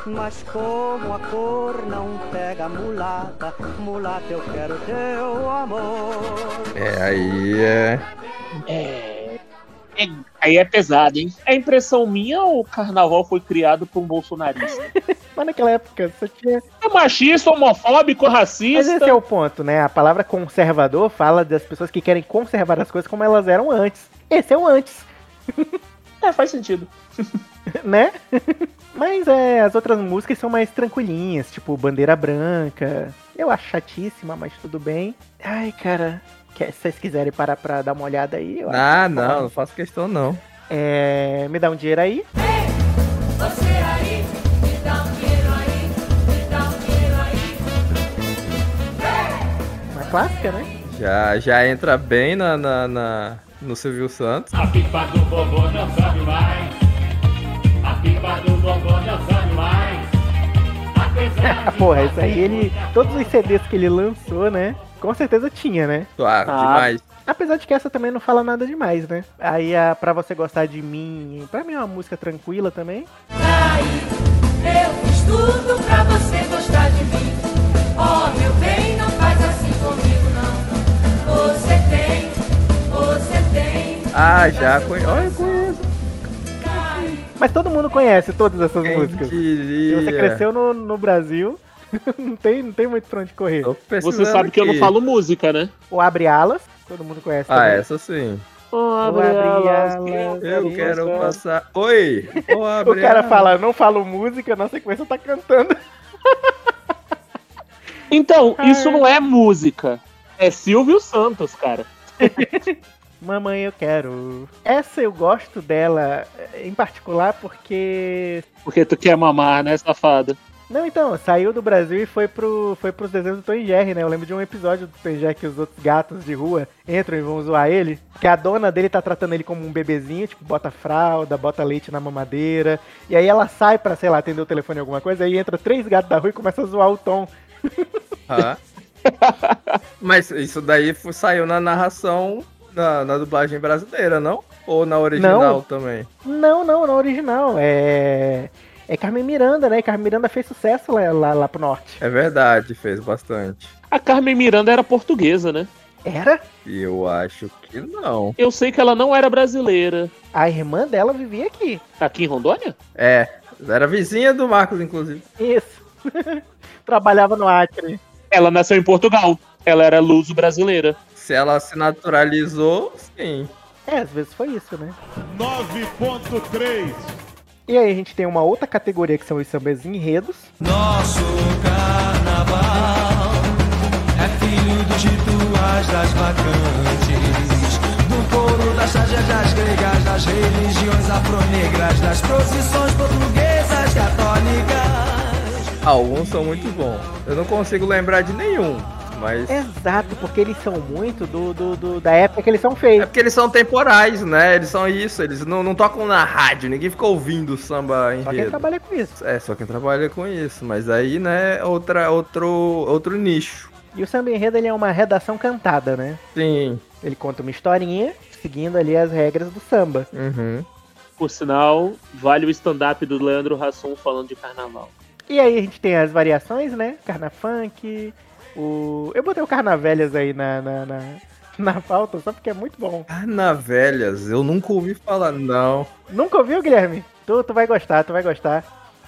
[SPEAKER 9] Mas como a cor não pega mulata, mulata eu quero teu amor.
[SPEAKER 3] É, aí é.
[SPEAKER 4] É... é- Aí é pesado, hein? É impressão minha ou o carnaval foi criado por um bolsonarista?
[SPEAKER 2] Mas naquela época, você tinha.
[SPEAKER 4] É machista, homofóbico,
[SPEAKER 2] Mas
[SPEAKER 4] racista.
[SPEAKER 2] esse é o ponto, né? A palavra conservador fala das pessoas que querem conservar as coisas como elas eram antes. Esse é o antes.
[SPEAKER 4] É, faz sentido.
[SPEAKER 2] né? *laughs* Mas é, as outras músicas são mais tranquilinhas, tipo Bandeira Branca. Eu acho chatíssima, mas tudo bem. Ai, cara, que- se vocês quiserem parar pra dar uma olhada aí, eu acho.
[SPEAKER 3] Ah, não, não faço questão não.
[SPEAKER 2] É, me dá um dinheiro aí.
[SPEAKER 8] Você aí, me dá um dinheiro aí, me dá um dinheiro aí.
[SPEAKER 2] Uma clássica, né? *laughs*
[SPEAKER 3] Já, já entra bem na, na, na- no Silvio Santos.
[SPEAKER 10] A pipa do vovô não sobe mais. A pipa do vovô não sobe mais. Apesar
[SPEAKER 2] Ah, porra, isso aí ele. Todos os CDs que ele lançou, né? Com certeza tinha, né?
[SPEAKER 3] Claro,
[SPEAKER 4] Ah.
[SPEAKER 3] demais.
[SPEAKER 2] Apesar de que essa também não fala nada demais, né? Aí a Pra Você Gostar de Mim, pra mim é uma música tranquila também.
[SPEAKER 8] Daí, Tá eu fiz tudo pra você gostar de mim. Oh, meu bem, não faz assim comigo, não. Você tem, você tem. Tá
[SPEAKER 3] Ah, já conheço. Olha, eu conheço.
[SPEAKER 2] Mas todo mundo conhece todas essas músicas.
[SPEAKER 3] Quem
[SPEAKER 2] Se você
[SPEAKER 3] diria?
[SPEAKER 2] cresceu no, no Brasil, *laughs* não tem, não tem muito pra onde correr.
[SPEAKER 3] Tô
[SPEAKER 4] Você
[SPEAKER 3] pesquisando
[SPEAKER 4] sabe que eu não
[SPEAKER 3] aqui.
[SPEAKER 4] falo música, né?
[SPEAKER 2] O Abre Alas, todo mundo conhece.
[SPEAKER 3] Ah,
[SPEAKER 2] também.
[SPEAKER 3] essa sim.
[SPEAKER 2] O Abre Alas.
[SPEAKER 3] Eu quero passar. Oi! Ô,
[SPEAKER 2] *laughs* O
[SPEAKER 3] Abre
[SPEAKER 2] cara
[SPEAKER 3] a-
[SPEAKER 2] fala, não falo música, na sequência tá cantando. *laughs*
[SPEAKER 4] Então, isso não é música. É Silvio Santos, cara.
[SPEAKER 2] Mamãe, eu quero. Essa eu gosto dela, eh, em particular, porque.
[SPEAKER 4] Porque tu quer mamar, né, safado?
[SPEAKER 2] Não, então, saiu do Brasil e foi, pro, foi pros desenhos do Tom e Jerry, né? Eu lembro de um episódio do Tom e Jerry que os outros gatos de rua entram e vão zoar ele. Que a dona dele tá tratando ele como um bebezinho, tipo, bota fralda, bota leite na mamadeira. E aí ela sai pra, sei lá, atender o telefone alguma coisa, aí entra três gatos da rua e começa a zoar o Tom.
[SPEAKER 3] Hã? Mas isso daí fu- saiu na narração, na, na dublagem brasileira, não? Ou na original
[SPEAKER 2] Não.
[SPEAKER 3] também?
[SPEAKER 2] Não, não, não original. É. É Carmen Miranda, né? Carmen Miranda fez sucesso lá, lá, lá pro norte.
[SPEAKER 3] É verdade, fez bastante.
[SPEAKER 4] A Carmen Miranda era portuguesa, né?
[SPEAKER 2] Era?
[SPEAKER 3] E eu acho que não.
[SPEAKER 4] Eu sei que ela não era brasileira.
[SPEAKER 2] A irmã dela vivia aqui.
[SPEAKER 4] Aqui em Rondônia?
[SPEAKER 3] É, era vizinha do Marcos, inclusive.
[SPEAKER 2] Isso. *laughs* Trabalhava no Acre.
[SPEAKER 4] Ela nasceu em Portugal. Ela era luso brasileira.
[SPEAKER 3] Se ela se naturalizou, sim.
[SPEAKER 2] É, às vezes foi isso, né?
[SPEAKER 10] 9.3.
[SPEAKER 2] E aí a gente tem uma outra categoria que são os sambas enredos.
[SPEAKER 7] Nosso carnaval é filho dos rituais das bacantes, do coro das tragédias gregas, das religiões afronegras, das procissões portuguesas católicas.
[SPEAKER 3] Alguns são muito bons. Eu não consigo lembrar de nenhum, mas. É
[SPEAKER 2] Exato, porque eles são muito do, do, do- da época que eles são feitos.
[SPEAKER 3] é porque eles são temporais, né? Eles são isso, eles não, não tocam na rádio, ninguém fica ouvindo o samba
[SPEAKER 2] Só quem
[SPEAKER 3] enredo.
[SPEAKER 2] trabalha com isso.
[SPEAKER 3] É, só quem trabalha com isso, mas aí, né, outra, outro, outro nicho.
[SPEAKER 2] E o samba enredo ele é uma redação cantada, né?
[SPEAKER 3] Sim.
[SPEAKER 2] Ele conta uma historinha seguindo ali as regras do samba.
[SPEAKER 3] Uhum.
[SPEAKER 4] Por sinal, vale o stand-up do Leandro Hassum falando de carnaval.
[SPEAKER 2] E aí a gente tem as variações, né? Carnafunk, o. Eu botei o Carnavelhas aí na, na, na, na pauta só porque é muito bom.
[SPEAKER 3] Carnavelhas, Ah, eu nunca ouvi falar, não.
[SPEAKER 2] Nunca ouviu, Guilherme? Tu, tu vai gostar, tu vai gostar.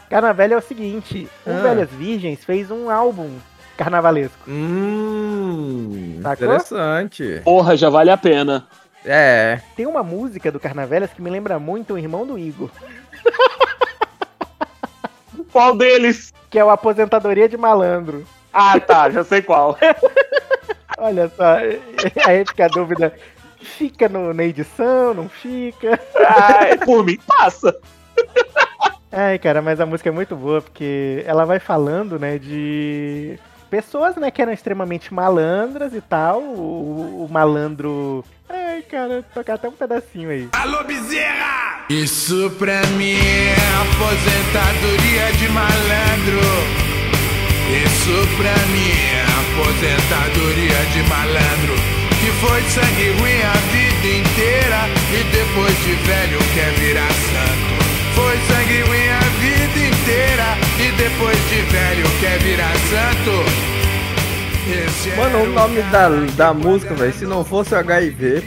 [SPEAKER 2] Carnavelha é o seguinte: o
[SPEAKER 3] Ah.
[SPEAKER 2] Velhas Virgens fez um álbum carnavalesco.
[SPEAKER 3] Hum,
[SPEAKER 2] Sacou?
[SPEAKER 3] interessante.
[SPEAKER 4] Porra, já vale a pena.
[SPEAKER 3] É,
[SPEAKER 2] Tem uma música do Carnavelhas que me lembra muito o irmão do Igor,
[SPEAKER 4] Qual deles?
[SPEAKER 2] que é o Aposentadoria de Malandro.
[SPEAKER 4] Ah, tá, já sei *laughs* qual.
[SPEAKER 2] Olha só, *laughs* aí fica a dúvida: fica no, na edição, não fica?
[SPEAKER 4] Ah, *laughs* por mim, passa.
[SPEAKER 2] Ai, cara, mas a música é muito boa porque ela vai falando, né, de pessoas, né, que eram extremamente malandras e tal. O, o malandro. Ai, cara, tocar até um pedacinho aí.
[SPEAKER 7] Alô, Bezerra! Isso pra mim é aposentadoria de malandro. Isso pra mim é aposentadoria de malandro. Que
[SPEAKER 11] foi sangue ruim a vida inteira E depois de velho quer virar santo Foi sangue ruim a vida inteira E depois de velho quer virar santo Esse era
[SPEAKER 3] Mano, o nome da, da música, velho, se não fosse o HIV.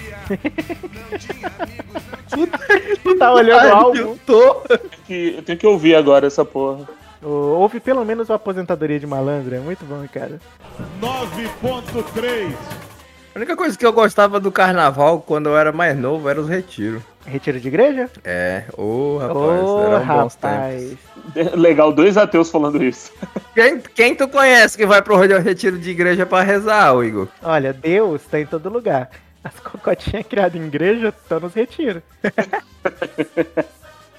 [SPEAKER 2] Tu tá olhando o álbum?
[SPEAKER 3] Eu tô.
[SPEAKER 4] Que- Eu tenho que ouvir agora essa porra.
[SPEAKER 2] Ô, Houve pelo menos uma aposentadoria de malandro, é muito bom, cara.
[SPEAKER 10] 9.3
[SPEAKER 3] A única coisa que eu gostava do carnaval quando eu era mais novo era os retiros.
[SPEAKER 2] Retiro de igreja?
[SPEAKER 3] É, ô
[SPEAKER 2] Ô,
[SPEAKER 3] rapaz, um eram bons
[SPEAKER 2] rapaz.
[SPEAKER 3] tempos.
[SPEAKER 4] É Legal, dois ateus falando isso.
[SPEAKER 3] Quem, quem tu conhece que vai pro retiro de igreja pra rezar, ô Igor?
[SPEAKER 2] Olha, Deus tá em todo lugar. As cocotinhas criadas em igreja estão nos retiros. *laughs*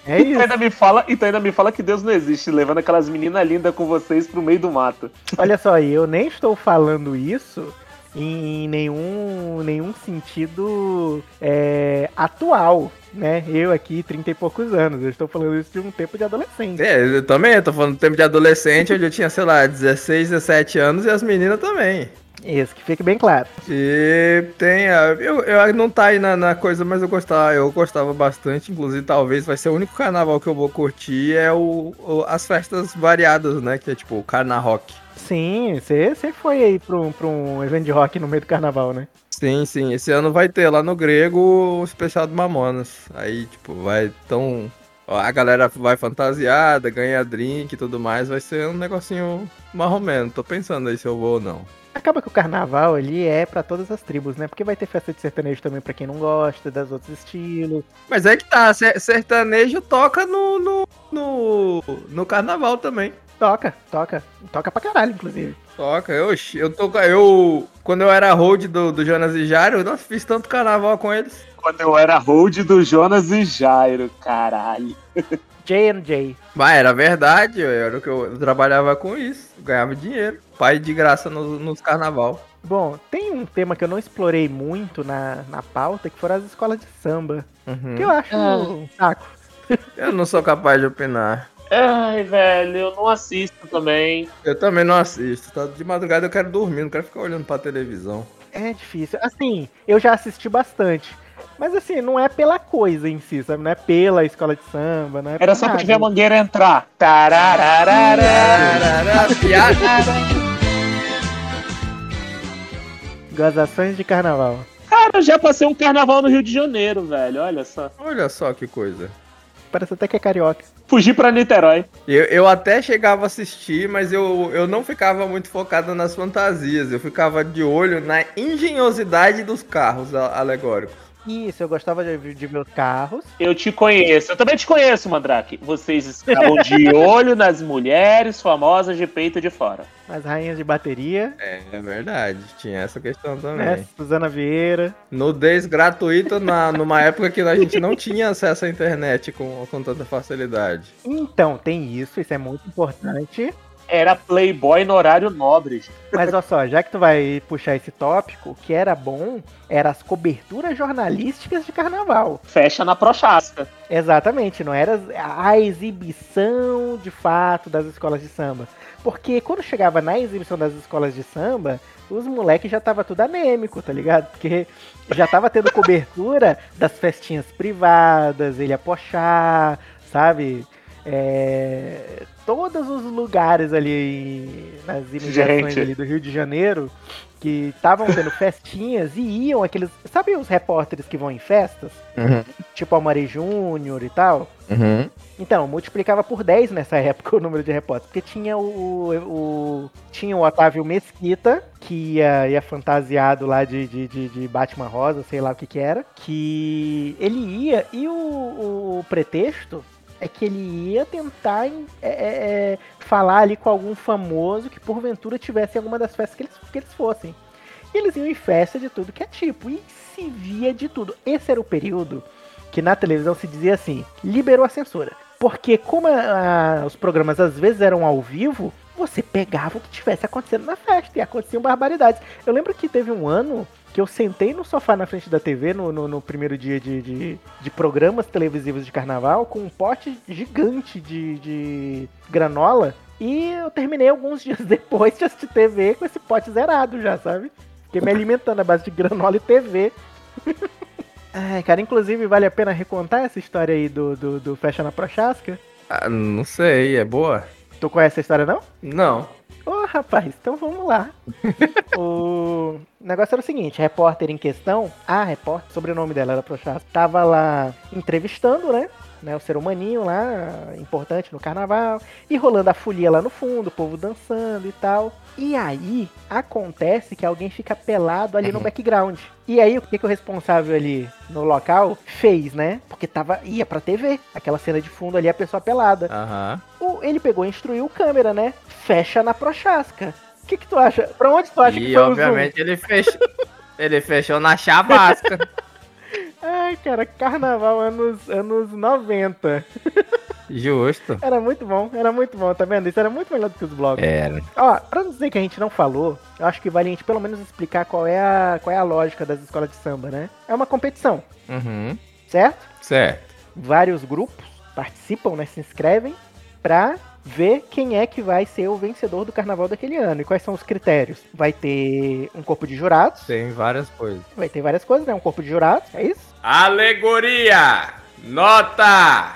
[SPEAKER 2] é
[SPEAKER 4] Tu
[SPEAKER 2] isso.
[SPEAKER 4] ainda me fala, e tu ainda me fala que Deus não existe, levando aquelas meninas lindas com vocês pro meio do mato.
[SPEAKER 2] Olha só, e eu nem estou falando isso em nenhum, nenhum sentido é, atual, né? Eu aqui, 30 e poucos anos, eu estou falando isso de um tempo de adolescente.
[SPEAKER 3] É, eu também, eu tô falando do tempo de adolescente, onde eu tinha, sei lá, 16, 17 anos e as meninas também.
[SPEAKER 2] Isso, que fique bem claro.
[SPEAKER 3] E tem. a- Eu, eu não tá aí na, na coisa, mas eu gostava, eu gostava bastante. Inclusive, talvez vai ser o único carnaval que eu vou curtir é o, o- as festas variadas, né? Que é tipo o Carna Rock.
[SPEAKER 2] Sim, você você foi aí pra um, pra um evento de rock no meio do carnaval, né?
[SPEAKER 3] Sim, sim. Esse ano vai ter lá no Grego o especial do Mamonas. Aí, tipo, vai tão. ó, A galera vai fantasiada, ganha drink e tudo mais. Vai ser um negocinho marromeno. Tô pensando aí se eu vou ou não.
[SPEAKER 2] Acaba que o carnaval ele é pra todas as tribos, né? Porque vai ter festa de sertanejo também pra quem não gosta, das outros estilos.
[SPEAKER 3] Mas é que tá, ser- sertanejo toca no, no, no, no carnaval também.
[SPEAKER 2] Toca, toca, toca pra caralho, inclusive.
[SPEAKER 3] Toca, eu, eu tô. Eu. Quando eu era hold do, do Jonas e Jairo, eu nossa, fiz tanto carnaval com eles.
[SPEAKER 4] Quando eu era hold do Jonas e Jairo, caralho.
[SPEAKER 2] J&J.
[SPEAKER 3] Mas era verdade, eu, era o que eu, eu trabalhava com isso. Ganhava dinheiro. Pai de graça no- nos carnaval.
[SPEAKER 2] Bom, tem um tema que eu não explorei muito na, na pauta, que foram as escolas de samba.
[SPEAKER 3] Uhum.
[SPEAKER 4] Hum.
[SPEAKER 2] Que eu acho
[SPEAKER 4] Ah.
[SPEAKER 2] um saco.
[SPEAKER 3] Eu não sou capaz de opinar.
[SPEAKER 4] Ai, velho, eu não assisto também.
[SPEAKER 3] Eu também não assisto. Tá de madrugada eu quero dormir, não quero ficar olhando pra televisão.
[SPEAKER 2] É difícil. Assim, eu já assisti bastante. Mas assim, não é pela coisa em si, sabe? Não é pela escola de samba, não é
[SPEAKER 4] Era
[SPEAKER 2] por
[SPEAKER 4] só pra
[SPEAKER 2] nada.
[SPEAKER 4] ver a mangueira entrar. Tarararara.
[SPEAKER 2] Gozações de carnaval.
[SPEAKER 4] Cara, eu já passei um carnaval no Rio de Janeiro, velho, olha só.
[SPEAKER 3] Olha só que coisa.
[SPEAKER 2] Parece até que é carioca.
[SPEAKER 4] Fugi pra Niterói.
[SPEAKER 3] Eu, eu até chegava a assistir, mas eu, eu não ficava muito focado nas fantasias. Eu ficava de olho na engenhosidade dos carros a- alegóricos.
[SPEAKER 2] Isso, eu gostava de, de ver os carros.
[SPEAKER 4] Eu te conheço. Eu também te conheço, Mandrake. Vocês estavam *laughs* de olho nas mulheres famosas de peito de fora.
[SPEAKER 2] As rainhas de bateria,
[SPEAKER 3] É, é verdade. Tinha essa questão
[SPEAKER 2] né?
[SPEAKER 3] também.
[SPEAKER 2] Suzana Vieira.
[SPEAKER 3] Nudez gratuita na, numa época que a gente não tinha acesso à internet com, com tanta facilidade.
[SPEAKER 2] Então, tem isso, isso é muito importante.
[SPEAKER 4] Era Playboy no horário nobre. gente.
[SPEAKER 2] Mas olha só, já que tu vai puxar esse tópico, o que era bom era as coberturas jornalísticas de carnaval.
[SPEAKER 4] Fecha na prochasca.
[SPEAKER 2] Exatamente, não era a exibição de fato das escolas de samba. Porque quando chegava na exibição das escolas de samba, os moleques já tava tudo anêmico, tá ligado? Porque já tava tendo cobertura das festinhas privadas, ele apochar, sabe? É, todos os lugares ali nas imediações
[SPEAKER 4] Gente.
[SPEAKER 2] ali do Rio de Janeiro que estavam tendo festinhas e iam aqueles. Sabe os repórteres que vão em festas?
[SPEAKER 3] Uhum.
[SPEAKER 2] Tipo Almari Júnior e tal?
[SPEAKER 3] Uhum.
[SPEAKER 2] Então, multiplicava por 10 nessa *laughs* época o número de repórteres, porque tinha o, o- tinha o Otávio Mesquita, que ia, ia fantasiado lá de, de, de- de Batman Rosa, sei lá o que que era, que ele ia, e o, o pretexto é que ele ia tentar em- é, é, é, falar ali com algum famoso que porventura tivesse em alguma das festas que eles, que eles fossem. E eles iam em festa de tudo que é tipo, e se via de tudo. Esse era o período que na televisão se dizia assim, liberou a censura. Porque como é, a- a- os programas às vezes eram ao vivo, você pegava o que tivesse acontecendo na festa e aconteciam barbaridades. Eu lembro que teve um ano que eu sentei no sofá na frente da TV no, no- no primeiro dia de, de- de programas televisivos de carnaval com um pote gigante de, de *laughs* granola e eu terminei alguns dias depois de assistir TV com esse pote zerado já, sabe? Fiquei me alimentando à base de granola e TV. Ai, cara, inclusive vale a pena recontar essa história aí do, do, do Fecha na Prochasca?
[SPEAKER 3] Ah, não sei, é boa?
[SPEAKER 2] Tu conhece a história não?
[SPEAKER 3] Não.
[SPEAKER 2] Ô, rapaz, então vamos lá. o negócio era o seguinte, a repórter em questão, a repórter, sobrenome dela era Prochasca, tava lá entrevistando, né? Né, o ser humaninho lá, importante no carnaval, e rolando a folia lá no fundo, o povo dançando e tal. E aí acontece que alguém fica pelado ali no background. E aí o que, que o responsável ali no local fez, né? Porque tava ia pra TV, aquela cena de fundo ali a pessoa pelada.
[SPEAKER 3] Aham.
[SPEAKER 2] O- ele pegou e instruiu o câmera, né? Fecha na prochasca. O que, que tu acha? Pra onde tu acha que
[SPEAKER 3] E
[SPEAKER 2] foi o zoom?
[SPEAKER 3] obviamente ele fechou. ele fechou na chavasca.
[SPEAKER 2] Ai, cara, carnaval anos, anos 90.
[SPEAKER 3] *laughs* Justo.
[SPEAKER 2] Era muito bom, era muito bom, tá vendo? Isso era muito melhor do que os blogs.
[SPEAKER 3] Era.
[SPEAKER 2] Ó, pra não dizer que a gente não falou, eu acho que vale a gente pelo menos explicar qual é a, qual é a lógica das escolas de samba, né? É uma competição,
[SPEAKER 3] Uhum.
[SPEAKER 2] certo?
[SPEAKER 3] Certo.
[SPEAKER 2] Vários grupos participam, né? Se inscrevem pra ver quem é que vai ser o vencedor do carnaval daquele ano. E quais são os critérios? Vai ter um corpo de jurados,
[SPEAKER 3] Tem várias coisas.
[SPEAKER 2] vai ter várias coisas, né? Um corpo de jurados, é isso?
[SPEAKER 3] Alegoria! Nota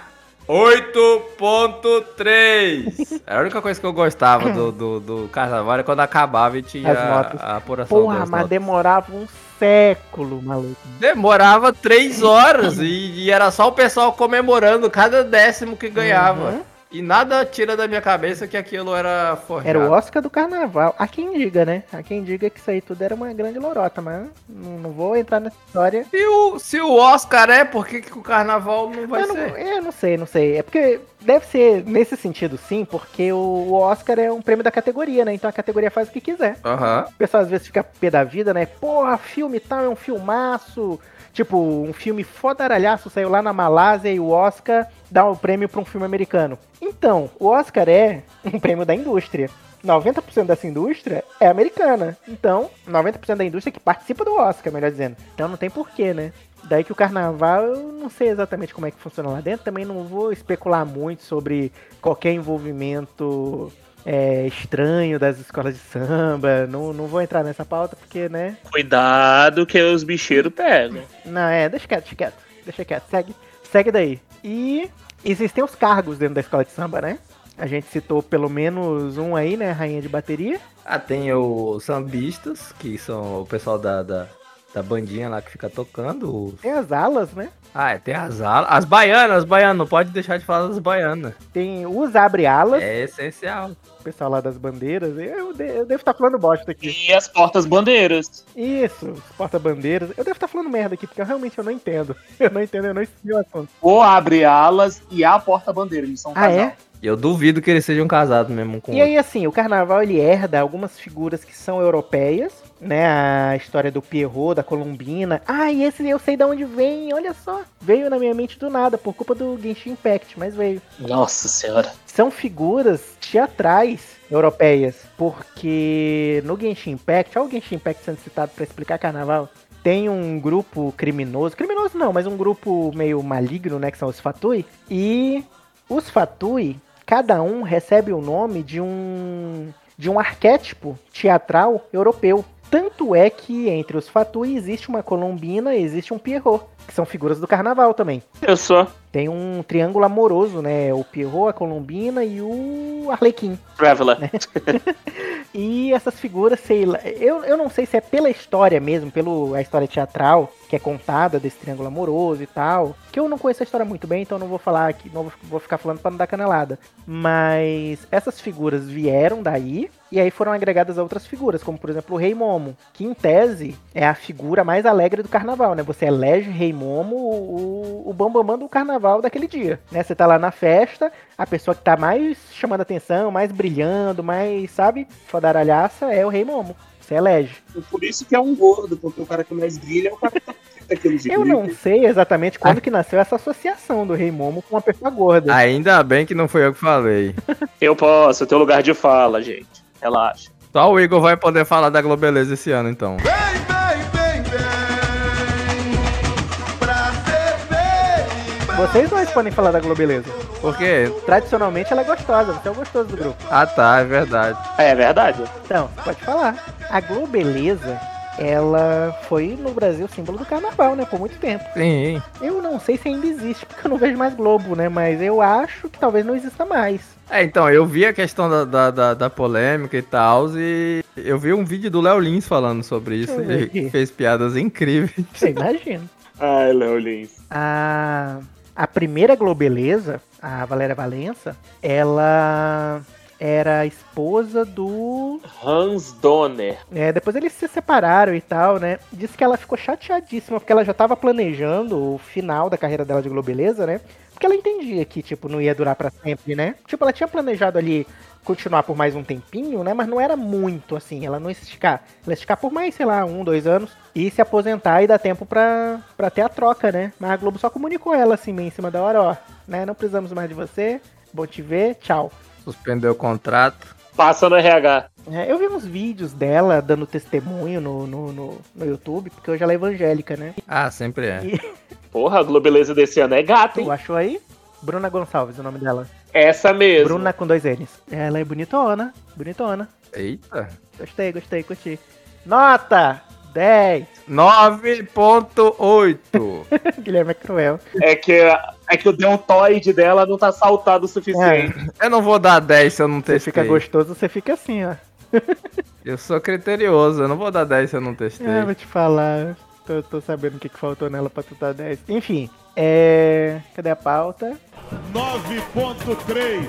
[SPEAKER 3] *laughs* 8.3! Era É a única coisa que eu gostava do, do, do carnaval era quando acabava e tinha
[SPEAKER 2] As notas.
[SPEAKER 3] a apuração
[SPEAKER 2] Porra,
[SPEAKER 3] das
[SPEAKER 2] mas
[SPEAKER 3] notas.
[SPEAKER 2] demorava um século, maluco.
[SPEAKER 3] Demorava
[SPEAKER 2] *laughs*
[SPEAKER 3] três horas e, e era só o pessoal comemorando cada décimo que ganhava.
[SPEAKER 2] Uhum.
[SPEAKER 3] E nada tira da minha cabeça que aquilo era forjado.
[SPEAKER 2] Era o Oscar do carnaval. Há quem diga, né? Há quem diga que isso aí tudo era uma grande lorota, mas não, não vou entrar nessa história.
[SPEAKER 3] se, o, se o Oscar é, por que, que o carnaval não vai
[SPEAKER 2] eu, não,
[SPEAKER 3] ser?
[SPEAKER 2] eu não sei, não sei. É porque deve ser nesse sentido, sim, porque o o Oscar é um prêmio da categoria, né? Então a categoria faz o que quiser.
[SPEAKER 3] Aham.
[SPEAKER 2] O pessoal às vezes fica pé da vida, né? Porra, filme tal é um filmaço. Tipo, um filme fodaralhaço saiu lá na Malásia e o Oscar dá o prêmio pra um filme americano. Então, o Oscar é um prêmio da indústria. 90% dessa indústria é americana. Então, 90% da indústria que participa do Oscar, melhor dizendo. Então não tem porquê, né? Daí que o carnaval, eu não sei exatamente como é que funciona lá dentro, também não vou especular muito sobre qualquer envolvimento é, estranho das escolas de samba. Não, não vou entrar nessa pauta porque, né?
[SPEAKER 4] Cuidado que os bicheiros pegam.
[SPEAKER 2] Não, é, deixa quieto, deixa quieto. Deixa quieto, segue, segue daí. E existem os cargos dentro da escola de samba, né? A gente citou pelo menos um aí, né? Rainha de bateria.
[SPEAKER 3] Ah, tem os sambistas, que são o pessoal da, da, da bandinha lá que fica tocando. os-
[SPEAKER 2] Tem as alas, né?
[SPEAKER 3] Ah, é, tem as alas. As baianas, as baianas, não pode deixar de falar das baianas.
[SPEAKER 2] Tem os abre-alas,
[SPEAKER 3] É essencial.
[SPEAKER 2] o pessoal lá das bandeiras. Eu, de- eu devo estar falando bosta aqui.
[SPEAKER 4] E as portas bandeiras.
[SPEAKER 2] Isso, os porta-bandeiras. Eu devo estar falando merda aqui, porque eu realmente eu não entendo. *laughs* Eu não entendo, eu não entendi o assunto.
[SPEAKER 4] Ou abre alas e a porta bandeira. Eles são um
[SPEAKER 2] Ah,
[SPEAKER 4] casal.
[SPEAKER 2] é?
[SPEAKER 3] E eu duvido que eles sejam casados mesmo com
[SPEAKER 2] E aí, assim, o carnaval ele herda algumas figuras que são europeias, né? A história do Pierrot, da Colombina. Ah, e esse eu sei de onde vem, olha só. Veio na minha mente do nada, por culpa do Genshin Impact, mas veio.
[SPEAKER 4] Nossa senhora.
[SPEAKER 2] São figuras teatrais europeias, porque no Genshin Impact, olha o Genshin Impact sendo citado pra explicar carnaval. Tem um grupo criminoso, criminoso não, mas um grupo meio maligno, né, que são os Fatui, e os Fatui, cada um recebe o nome de um de um arquétipo teatral europeu. Tanto é que entre os Fatui existe uma Colombina e existe um Pierrot, que são figuras do carnaval também.
[SPEAKER 4] Eu só.
[SPEAKER 2] Tem um triângulo amoroso, né? O Pierrot, a Colombina e o Arlequim.
[SPEAKER 4] Traveler.
[SPEAKER 2] É. E essas figuras, sei lá, eu, eu não sei se é pela história mesmo, pela história teatral que é contada desse triângulo amoroso e tal, que eu não conheço a história muito bem, então não vou falar aqui, não vou, vou ficar falando pra não dar canelada. Mas essas figuras vieram daí e aí foram agregadas a outras figuras, como por exemplo o Rei Momo, que em tese é a figura mais alegre do carnaval, né? Você elege Rei Momo o, o bambambam do carnaval daquele dia, né? Você tá lá na festa, a pessoa que tá mais chamando atenção, mais brilhando, mais, sabe, fodaralhaça é o Rei Momo. Você elege.
[SPEAKER 4] Por isso que é um gordo, porque o cara que mais brilha é o cara que tá *laughs* daquele jeito.
[SPEAKER 2] Eu não sei exatamente quando que nasceu essa associação do Rei Momo com a pessoa gorda.
[SPEAKER 3] Ainda bem que não foi eu que falei.
[SPEAKER 4] Eu posso, eu tenho lugar de fala, gente. Relaxa.
[SPEAKER 3] Só o Igor vai poder falar da Globeleza esse ano, então.
[SPEAKER 11] Vem, vem, vem, vem pra beber. pra
[SPEAKER 2] Vocês dois podem falar da Globeleza.
[SPEAKER 3] Por quê?
[SPEAKER 2] Tradicionalmente ela é gostosa, você é o gostoso do grupo.
[SPEAKER 3] Ah, tá, é verdade.
[SPEAKER 4] É verdade.
[SPEAKER 2] Então, pode falar. A Globeleza ela foi no Brasil símbolo do carnaval, né? Por muito tempo.
[SPEAKER 3] Sim.
[SPEAKER 2] Eu não sei se ainda existe, porque eu não vejo mais Globo, né? Mas eu acho que talvez não exista mais.
[SPEAKER 3] É, então, eu vi a questão da, da, da, da polêmica e tal, e eu vi um vídeo do Léo Lins falando sobre isso,
[SPEAKER 2] Deixa eu ver
[SPEAKER 3] e
[SPEAKER 2] aqui.
[SPEAKER 3] fez piadas incríveis.
[SPEAKER 2] Eu imagino.
[SPEAKER 6] Ai, Léo Lins.
[SPEAKER 2] a, a primeira Globeleza, a Valéria Valença, ela era a esposa do.
[SPEAKER 6] Hans Donner.
[SPEAKER 2] é, depois eles se separaram e tal, né? Disse que ela ficou chateadíssima, porque ela já tava planejando o final da carreira dela de Globeleza, né? Porque ela entendia que, tipo, não ia durar pra sempre, né? Tipo, ela tinha planejado ali continuar por mais um tempinho, né? Mas não era muito, assim, ela não ia se esticar. Ela ia esticar por mais, sei lá, um, dois anos e se aposentar e dar tempo pra, pra ter a troca, né? Mas a Globo só comunicou ela, assim, meio em cima da hora, ó, né? Não precisamos mais de você, bom te ver, tchau.
[SPEAKER 3] Suspendeu o contrato.
[SPEAKER 6] Passa no RH.
[SPEAKER 2] É, eu vi uns vídeos dela dando testemunho no, no, no, no YouTube, porque hoje ela é evangélica, né?
[SPEAKER 3] Ah, sempre é.
[SPEAKER 6] Porra, a Globeleza desse ano é gata,
[SPEAKER 2] Tu
[SPEAKER 6] hein?
[SPEAKER 2] achou aí? Bruna Gonçalves, é o nome dela.
[SPEAKER 6] Essa mesmo.
[SPEAKER 2] Bruna com dois N's. Ela é bonitona, bonitona.
[SPEAKER 3] Eita.
[SPEAKER 2] Gostei, gostei, curti. Nota 10.
[SPEAKER 3] 9.8.
[SPEAKER 2] *laughs* Guilherme é cruel.
[SPEAKER 6] É que, é que o deltoide dela não tá saltado o
[SPEAKER 4] É.
[SPEAKER 6] suficiente.
[SPEAKER 3] eu não vou dar 10 se eu não
[SPEAKER 2] É, Você
[SPEAKER 3] testei.
[SPEAKER 2] fica gostoso, você fica assim, ó.
[SPEAKER 3] Eu sou criterioso, eu não vou dar 10 se eu não testei.
[SPEAKER 2] Ah, vou te falar. Tô, tô sabendo o que, que faltou nela pra tu dar 10. Enfim, é. Cadê a pauta?
[SPEAKER 10] 9.3.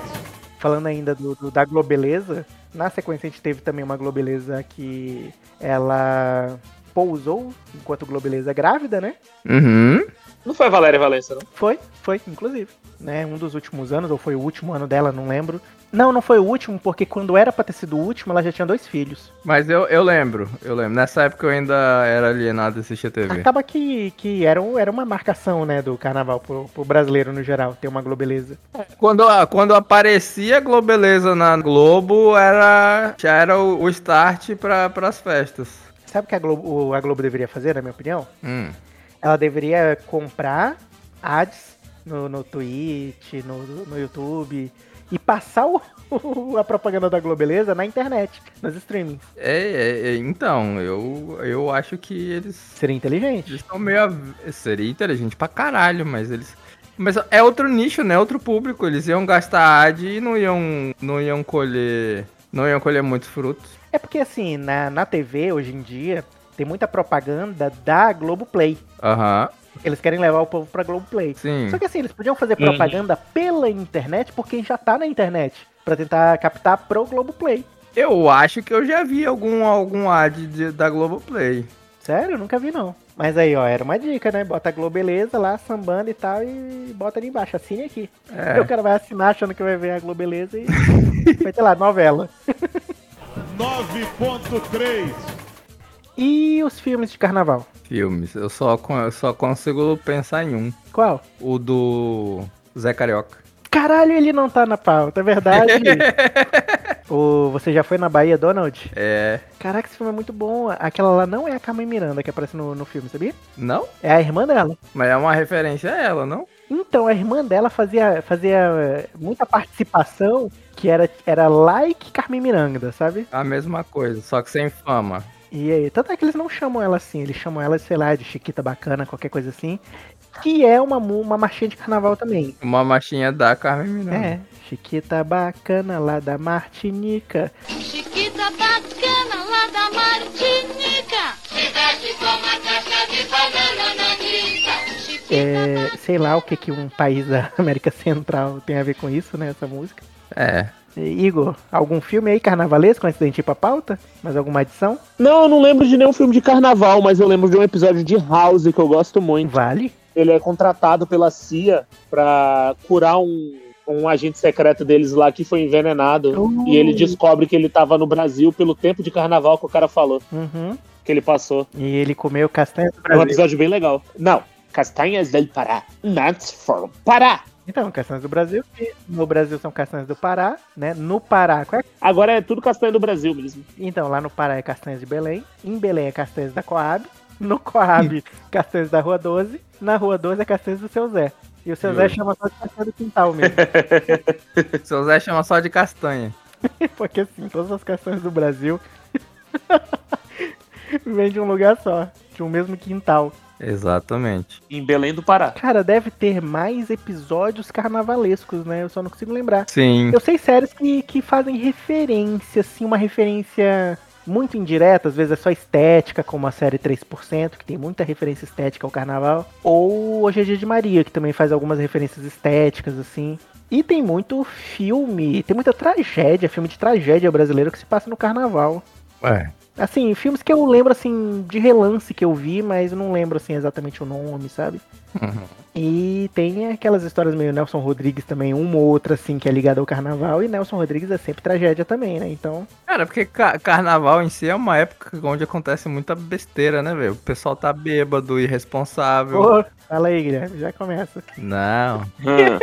[SPEAKER 2] Falando ainda do, do- da Globeleza, na sequência a gente teve também uma Globeleza que ela pousou enquanto Globeleza grávida, né?
[SPEAKER 3] Uhum.
[SPEAKER 6] Não foi a Valéria Valença, não.
[SPEAKER 2] Foi, foi, inclusive. Né? Um dos últimos anos, ou foi o último ano dela, não lembro. Não, não foi o último, porque quando era pra ter sido o último, ela já tinha dois filhos.
[SPEAKER 3] Mas eu, eu lembro, eu lembro. Nessa época eu ainda era alienado e assistia TV.
[SPEAKER 2] Acaba que, que era, um- era uma marcação, né, do carnaval pro, pro brasileiro no geral, ter uma Globeleza.
[SPEAKER 3] Quando, quando aparecia Globeleza na Globo, era já era o, o start para as festas.
[SPEAKER 2] Sabe o que a Globo, a Globo deveria fazer, na minha opinião?
[SPEAKER 3] Hum.
[SPEAKER 2] Ela deveria comprar ads no, no Twitch, no, no YouTube, e passar o- *laughs* a propaganda da Globeleza na internet, nos streamings.
[SPEAKER 3] É, é, é, então, eu, eu acho que eles
[SPEAKER 2] Seria inteligente.
[SPEAKER 3] eles estão meio. av- Seria inteligente pra caralho, mas eles. Mas é outro nicho, né? Outro público. Eles iam gastar ad e não iam, não iam colher. Não iam colher muitos frutos.
[SPEAKER 2] É porque, assim, na, na TV, hoje em dia, tem muita propaganda da Globoplay.
[SPEAKER 3] Aham,
[SPEAKER 2] Eles querem levar o povo pra Globoplay.
[SPEAKER 3] sim.
[SPEAKER 2] Só que assim, eles podiam fazer
[SPEAKER 6] Uhum.
[SPEAKER 2] propaganda pela internet por quem já tá na internet. Pra tentar captar pro Globoplay.
[SPEAKER 3] Eu acho que eu já vi algum, algum ad de, da Globoplay.
[SPEAKER 2] Sério? Eu Nunca vi, não. Mas aí, ó, era uma dica, né? Bota a Globeleza lá, sambando e tal, e bota ali embaixo. Assine aqui. Aí o
[SPEAKER 3] É.
[SPEAKER 2] cara vai assinar achando que vai ver a Globeleza e vai ter lá, novela.
[SPEAKER 10] 9.3.
[SPEAKER 2] E os filmes de carnaval?
[SPEAKER 3] Filmes. Eu só, con- eu só consigo pensar em um.
[SPEAKER 2] Qual?
[SPEAKER 3] O do Zé Carioca.
[SPEAKER 2] Caralho, ele não tá na pauta, é verdade. o, você já foi na Bahia, Donald?
[SPEAKER 3] É.
[SPEAKER 2] Caraca, esse filme é muito bom. Aquela lá não é a Carmen Miranda que aparece no, no filme, sabia?
[SPEAKER 3] Não?
[SPEAKER 2] É a irmã dela.
[SPEAKER 3] Mas é uma referência a ela, não?
[SPEAKER 2] Então, a irmã dela fazia, fazia eh, muita participação que era, era like Carmen Miranda, sabe?
[SPEAKER 3] A mesma coisa, só que sem fama.
[SPEAKER 2] E aí, tanto é que eles não chamam ela assim, eles chamam ela, sei lá, de Chiquita Bacana, qualquer coisa assim. Que é uma, mu- uma marchinha de carnaval também.
[SPEAKER 3] Uma machinha da Carmen Miranda.
[SPEAKER 2] É, Chiquita Bacana lá da Martinica.
[SPEAKER 8] Chiquita bacana lá da Martinica. Se veste como uma caixa de banana na quinta. Chiquita
[SPEAKER 2] É, sei lá o que, que um país da *laughs* América Central tem a ver com isso, né? Essa música.
[SPEAKER 3] É.
[SPEAKER 2] E, Igor, algum filme aí carnavalesco antes da gente ir pra pauta? Mais alguma adição?
[SPEAKER 4] Não, eu não lembro de nenhum filme de carnaval, mas eu lembro de um episódio de House que eu gosto muito.
[SPEAKER 2] Vale.
[SPEAKER 4] Ele é contratado pela CIA pra curar um, um agente secreto deles lá que foi envenenado.
[SPEAKER 2] Uh,
[SPEAKER 4] E ele descobre que ele tava no Brasil pelo tempo de carnaval que o cara falou,
[SPEAKER 2] uhum.
[SPEAKER 4] que ele passou.
[SPEAKER 2] E ele comeu castanha do
[SPEAKER 4] É um
[SPEAKER 2] Brasil.
[SPEAKER 4] episódio bem legal. Não, Castanhas del Pará. Nuts from Pará.
[SPEAKER 2] Então, castanhas do Brasil. que No Brasil são castanhas do Pará, né? No Pará. qual é-
[SPEAKER 4] Agora é tudo castanha do Brasil mesmo.
[SPEAKER 2] Então, lá no Pará é castanhas de Belém. Em Belém é castanhas da Coab. No Coab, castanhas da Rua 12. Na Rua 12 é castanhas do seu Zé. E o seu Zé
[SPEAKER 3] Justo.
[SPEAKER 2] chama só de castanha do quintal mesmo. *laughs*
[SPEAKER 3] Seu Zé chama só de castanha.
[SPEAKER 2] *laughs* Porque assim, todas as castanhas do Brasil. Vem de um lugar só, de um mesmo quintal.
[SPEAKER 3] Exatamente.
[SPEAKER 4] Em Belém do Pará.
[SPEAKER 2] Cara, deve ter mais episódios carnavalescos, né? Eu só não consigo lembrar.
[SPEAKER 3] Sim.
[SPEAKER 2] Eu sei séries que, que fazem referência, assim, uma referência muito indireta, às vezes é só estética, como a série 3%, que tem muita referência estética ao carnaval. Ou Hoje é Dia de Maria, que também faz algumas referências estéticas, assim. E tem muito filme, tem muita tragédia, filme de tragédia brasileiro que se passa no carnaval.
[SPEAKER 3] Ué,
[SPEAKER 2] Assim, filmes que eu lembro, assim, de relance que eu vi, mas eu não lembro, assim, exatamente o nome, sabe?
[SPEAKER 3] Uhum.
[SPEAKER 2] E tem aquelas histórias meio Nelson Rodrigues também, uma ou outra, assim, que é ligada ao carnaval, e Nelson Rodrigues é sempre tragédia também, né? Então,
[SPEAKER 3] Cara, porque ca- carnaval em si é uma época onde acontece muita besteira, né, velho? O pessoal tá bêbado, irresponsável.
[SPEAKER 2] pô, fala aí, Guilherme, já começa. *laughs*
[SPEAKER 3] Não,
[SPEAKER 4] Ah.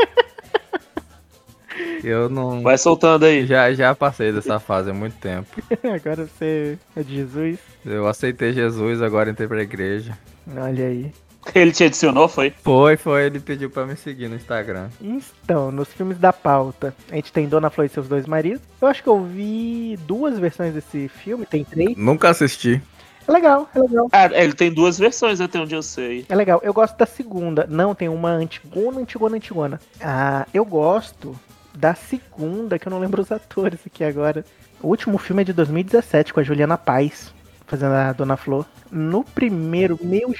[SPEAKER 3] eu não.
[SPEAKER 4] *laughs* Vai soltando aí.
[SPEAKER 3] Já, já passei dessa fase há muito tempo.
[SPEAKER 2] Agora você é de Jesus.
[SPEAKER 3] Eu aceitei Jesus, agora entrei pra igreja.
[SPEAKER 2] Olha aí.
[SPEAKER 4] Ele te adicionou, foi?
[SPEAKER 3] Foi, foi, ele pediu pra me seguir no Instagram.
[SPEAKER 2] Então, nos filmes da pauta, a gente tem Dona Flor e seus dois maridos. Eu acho que eu vi duas versões desse filme, tem três.
[SPEAKER 3] Nunca assisti.
[SPEAKER 2] É legal, é legal.
[SPEAKER 4] Ah, ele tem duas versões até onde eu sei.
[SPEAKER 2] É legal, eu gosto da segunda. Não, tem uma antigona, antigona, antigona. Ah, eu gosto da segunda, que eu não lembro os atores aqui agora. O último filme é de 2017, com a Juliana Paz, fazendo a Dona Flor. No primeiro, meu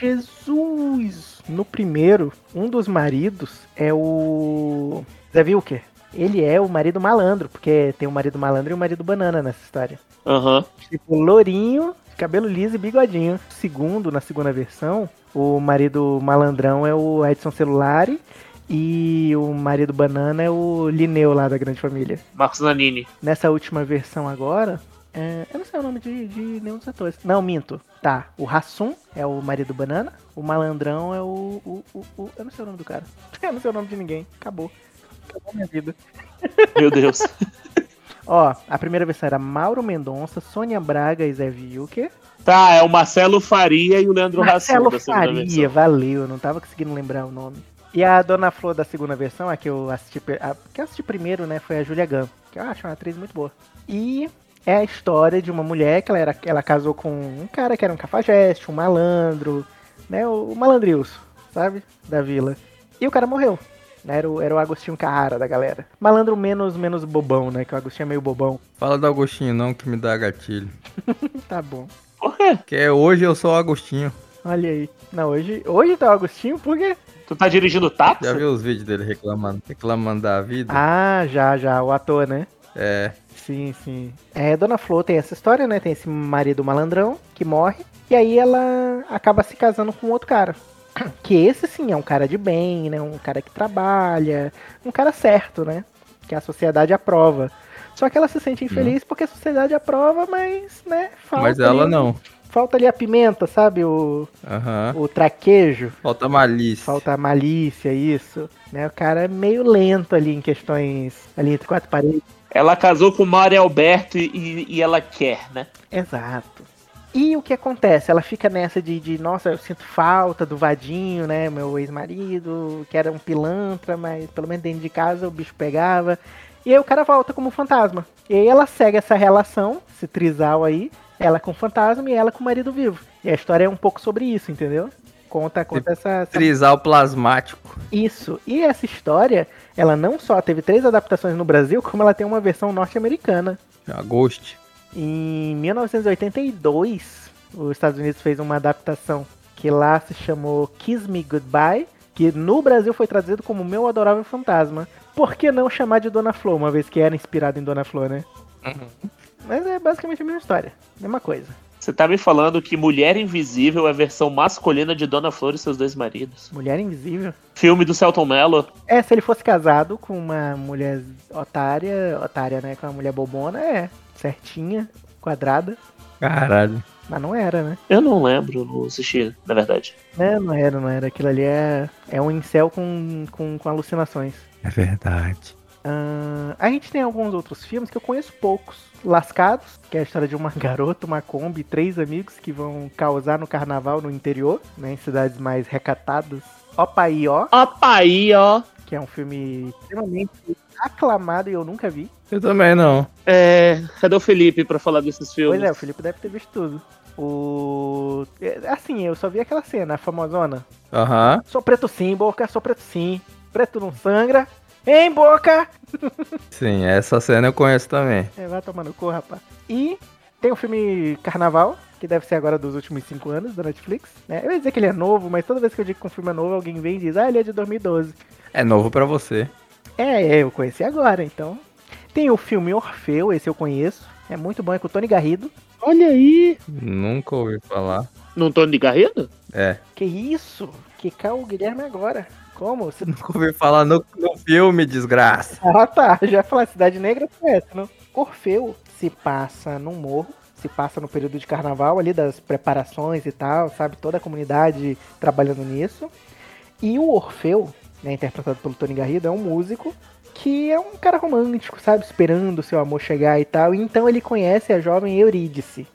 [SPEAKER 2] Jesus! No primeiro, um dos maridos é o. Zé Wilker. Ele é o marido malandro, porque tem o marido malandro e o marido banana nessa história.
[SPEAKER 4] Aham.
[SPEAKER 2] Tipo, lourinho, cabelo liso e bigodinho. Segundo, na segunda versão, o marido malandrão é o Edson Celulari e o marido banana é o Lineu lá da Grande Família.
[SPEAKER 4] Marcos Nanini.
[SPEAKER 2] Nessa última versão agora, é, eu não sei o nome de, de nenhum dos atores. Não, minto. Tá, o Rassum é o marido banana, o malandrão é o, o, o- o- Eu não sei o nome do cara. *laughs* Eu não sei o nome de ninguém. Acabou. Acabou minha vida.
[SPEAKER 4] Meu Deus.
[SPEAKER 2] Ó, a primeira versão era Mauro Mendonça, Sônia Braga e Zé Vilker.
[SPEAKER 4] *laughs* tá, é o Marcelo Faria e o Leandro Rassum
[SPEAKER 2] Marcelo
[SPEAKER 4] da segunda
[SPEAKER 2] Faria,
[SPEAKER 4] versão.
[SPEAKER 2] valeu, eu não tava conseguindo lembrar o nome. E a Dona Flor da segunda versão, a que eu assisti, pe- a, que eu assisti primeiro, né, foi a Julia Gunn, que eu acho uma atriz muito boa. E é a história de uma mulher que ela, era, ela casou com um cara que era um cafajeste, um malandro, né, o, o malandrilso, sabe, da vila. E o cara morreu. né, Era o, era o Agostinho Carrara da galera. Malandro menos, menos bobão, né? Que o Agostinho é meio bobão.
[SPEAKER 3] Fala do Agostinho não, que me dá gatilho.
[SPEAKER 2] Tá bom.
[SPEAKER 4] Por quê?
[SPEAKER 3] Porque hoje eu sou o Agostinho.
[SPEAKER 2] Olha aí. Não, hoje, hoje tá o Agostinho, por quê?
[SPEAKER 4] Tu tá dirigindo táxi?
[SPEAKER 3] Já viu os vídeos dele reclamando, reclamando da
[SPEAKER 4] Hum.
[SPEAKER 3] vida?
[SPEAKER 2] Ah, já, já. O ator, né?
[SPEAKER 3] É.
[SPEAKER 2] Sim, sim. É, Dona Flor tem essa história, né? Tem esse marido malandrão que morre. E aí ela acaba se casando com outro cara. *clears throat* Que esse sim é um cara de bem, né? Um cara que trabalha. Um cara certo, né? Que a sociedade aprova. Só que ela se sente infeliz porque a sociedade aprova, mas, né? Falta
[SPEAKER 3] Mas ela
[SPEAKER 2] ali,
[SPEAKER 3] não.
[SPEAKER 2] Falta ali a pimenta, sabe? O,
[SPEAKER 3] Aham.
[SPEAKER 2] o traquejo.
[SPEAKER 3] Falta malícia.
[SPEAKER 2] Falta malícia, isso. Né? O cara é meio lento ali em questões. Ali entre quatro paredes.
[SPEAKER 4] Ela casou com o Mário Alberto e, e ela quer, né?
[SPEAKER 2] Exato. E o que acontece? Ela fica nessa de, de, nossa, eu sinto falta do Vadinho, né? Meu ex-marido, que era um pilantra, mas pelo menos dentro de casa o bicho pegava. E aí o cara volta como um fantasma. E aí ela segue essa relação, esse trisal aí, ela com o fantasma e ela com o marido vivo. E a história é um pouco sobre isso, entendeu? Conta, conta essa, essa
[SPEAKER 3] Trisal plasmático.
[SPEAKER 2] isso. E essa história, ela não só teve três adaptações no Brasil, como ela tem uma versão norte-americana.
[SPEAKER 3] Agosto.
[SPEAKER 2] Em 1982, os Estados Unidos fez uma adaptação que lá se chamou Kiss Me Goodbye, que no Brasil foi traduzido como Meu Adorável Fantasma. Por que não chamar de Dona Flor, uma vez que era inspirado em Dona Flor, né? Mas é basicamente a mesma história, mesma coisa.
[SPEAKER 4] Você tá me falando que Mulher Invisível é a versão masculina de Dona Flor e seus dois maridos.
[SPEAKER 2] Mulher invisível.
[SPEAKER 4] Filme do Celton Mello.
[SPEAKER 2] É, se ele fosse casado com uma mulher otária, otária, né? Com uma mulher bobona, é, certinha, quadrada,
[SPEAKER 3] Caralho.
[SPEAKER 2] mas não era, né?
[SPEAKER 4] Eu não lembro, não assisti, na verdade.
[SPEAKER 2] Não, É, não era, não era. Aquilo ali é, é um incel com, com, com alucinações.
[SPEAKER 3] É verdade.
[SPEAKER 2] Ahn, a gente tem alguns outros filmes que eu conheço poucos. Lascados, que é a história de uma *laughs* garota, uma Kombi e três amigos que vão causar no carnaval no interior, né, em cidades mais recatadas. Opaí, ó,
[SPEAKER 4] Opa Ah, tá aí, ó.
[SPEAKER 2] que que é um filme extremamente aclamado e eu nunca vi.
[SPEAKER 3] Eu também não.
[SPEAKER 4] É, cadê o Felipe pra falar desses filmes?
[SPEAKER 2] Pois é, o Felipe deve ter visto tudo. O. é, Assim, eu só vi aquela cena, a famosona.
[SPEAKER 3] Aham.
[SPEAKER 2] Sou preto sim, boca, sou preto sim. Preto não sangra. Hein, boca!
[SPEAKER 3] Sim, essa cena eu conheço também.
[SPEAKER 2] É, vai tomar no cu, rapaz. E tem o filme Carnaval, que deve ser agora dos últimos cinco anos da Netflix. né? Eu ia dizer que ele é novo, mas toda vez que eu digo que um filme é novo, alguém vem e diz, ah, ele é de 2012.
[SPEAKER 3] É novo pra você.
[SPEAKER 2] É, eu conheci agora, então. Tem o filme Orfeu, esse eu conheço. É muito bom, é com o Tony Garrido.
[SPEAKER 4] Olha aí.
[SPEAKER 3] Nunca ouvi falar.
[SPEAKER 4] Não tô de Garrido?
[SPEAKER 3] É.
[SPEAKER 2] Que isso? Que cá o Guilherme agora. Como? Você...
[SPEAKER 3] *laughs* Nunca ouvi falar no, no filme, desgraça.
[SPEAKER 2] Ah, tá. Já ia falar Cidade Negra foi essa, não? Orfeu se passa num morro, se passa no período de carnaval ali, das preparações e tal, sabe? Toda a comunidade trabalhando nisso. E o Orfeu, né, interpretado pelo Tony Garrido, é um músico que é um cara romântico, sabe? Esperando o seu amor chegar e tal. Então ele conhece a jovem Eurídice.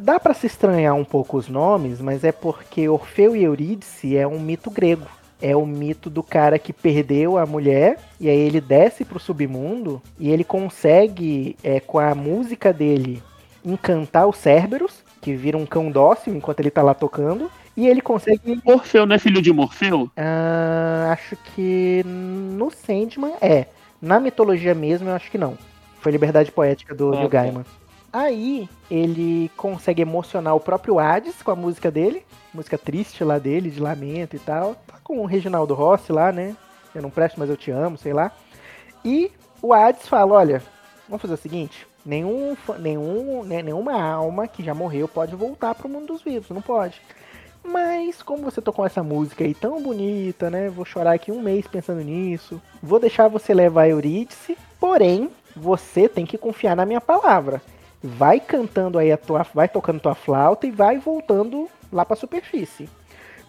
[SPEAKER 2] Dá pra se estranhar um pouco os nomes, mas é porque Orfeu e Eurídice é um mito grego. É o mito do cara que perdeu a mulher e aí ele desce pro submundo e ele consegue, é, com a música dele, encantar o Cerberus, que vira um cão dócil enquanto ele tá lá tocando. E ele consegue.
[SPEAKER 4] Morfeu não é filho de Morfeu?
[SPEAKER 2] Ah, acho que no Sandman é. Na mitologia mesmo, eu acho que não. Foi liberdade poética do,
[SPEAKER 4] Ah,
[SPEAKER 2] do
[SPEAKER 4] tá.
[SPEAKER 2] Gaiman. Aí ele consegue emocionar o próprio Hades com a música dele, música triste lá dele, de lamento e tal. Tá com o Reginaldo Rossi lá, né? Eu não presto, mas eu te amo, sei lá. E o Hades fala: olha, vamos fazer o seguinte: nenhum, fa- nenhum, né, nenhuma alma que já morreu pode voltar pro mundo dos vivos, não pode. Mas como você tocou essa música aí tão bonita, né? Vou chorar aqui um mês pensando nisso. Vou deixar você levar a Eurídice, porém, você tem que confiar na minha palavra. Vai cantando aí a tua, vai tocando tua flauta e vai voltando lá pra superfície.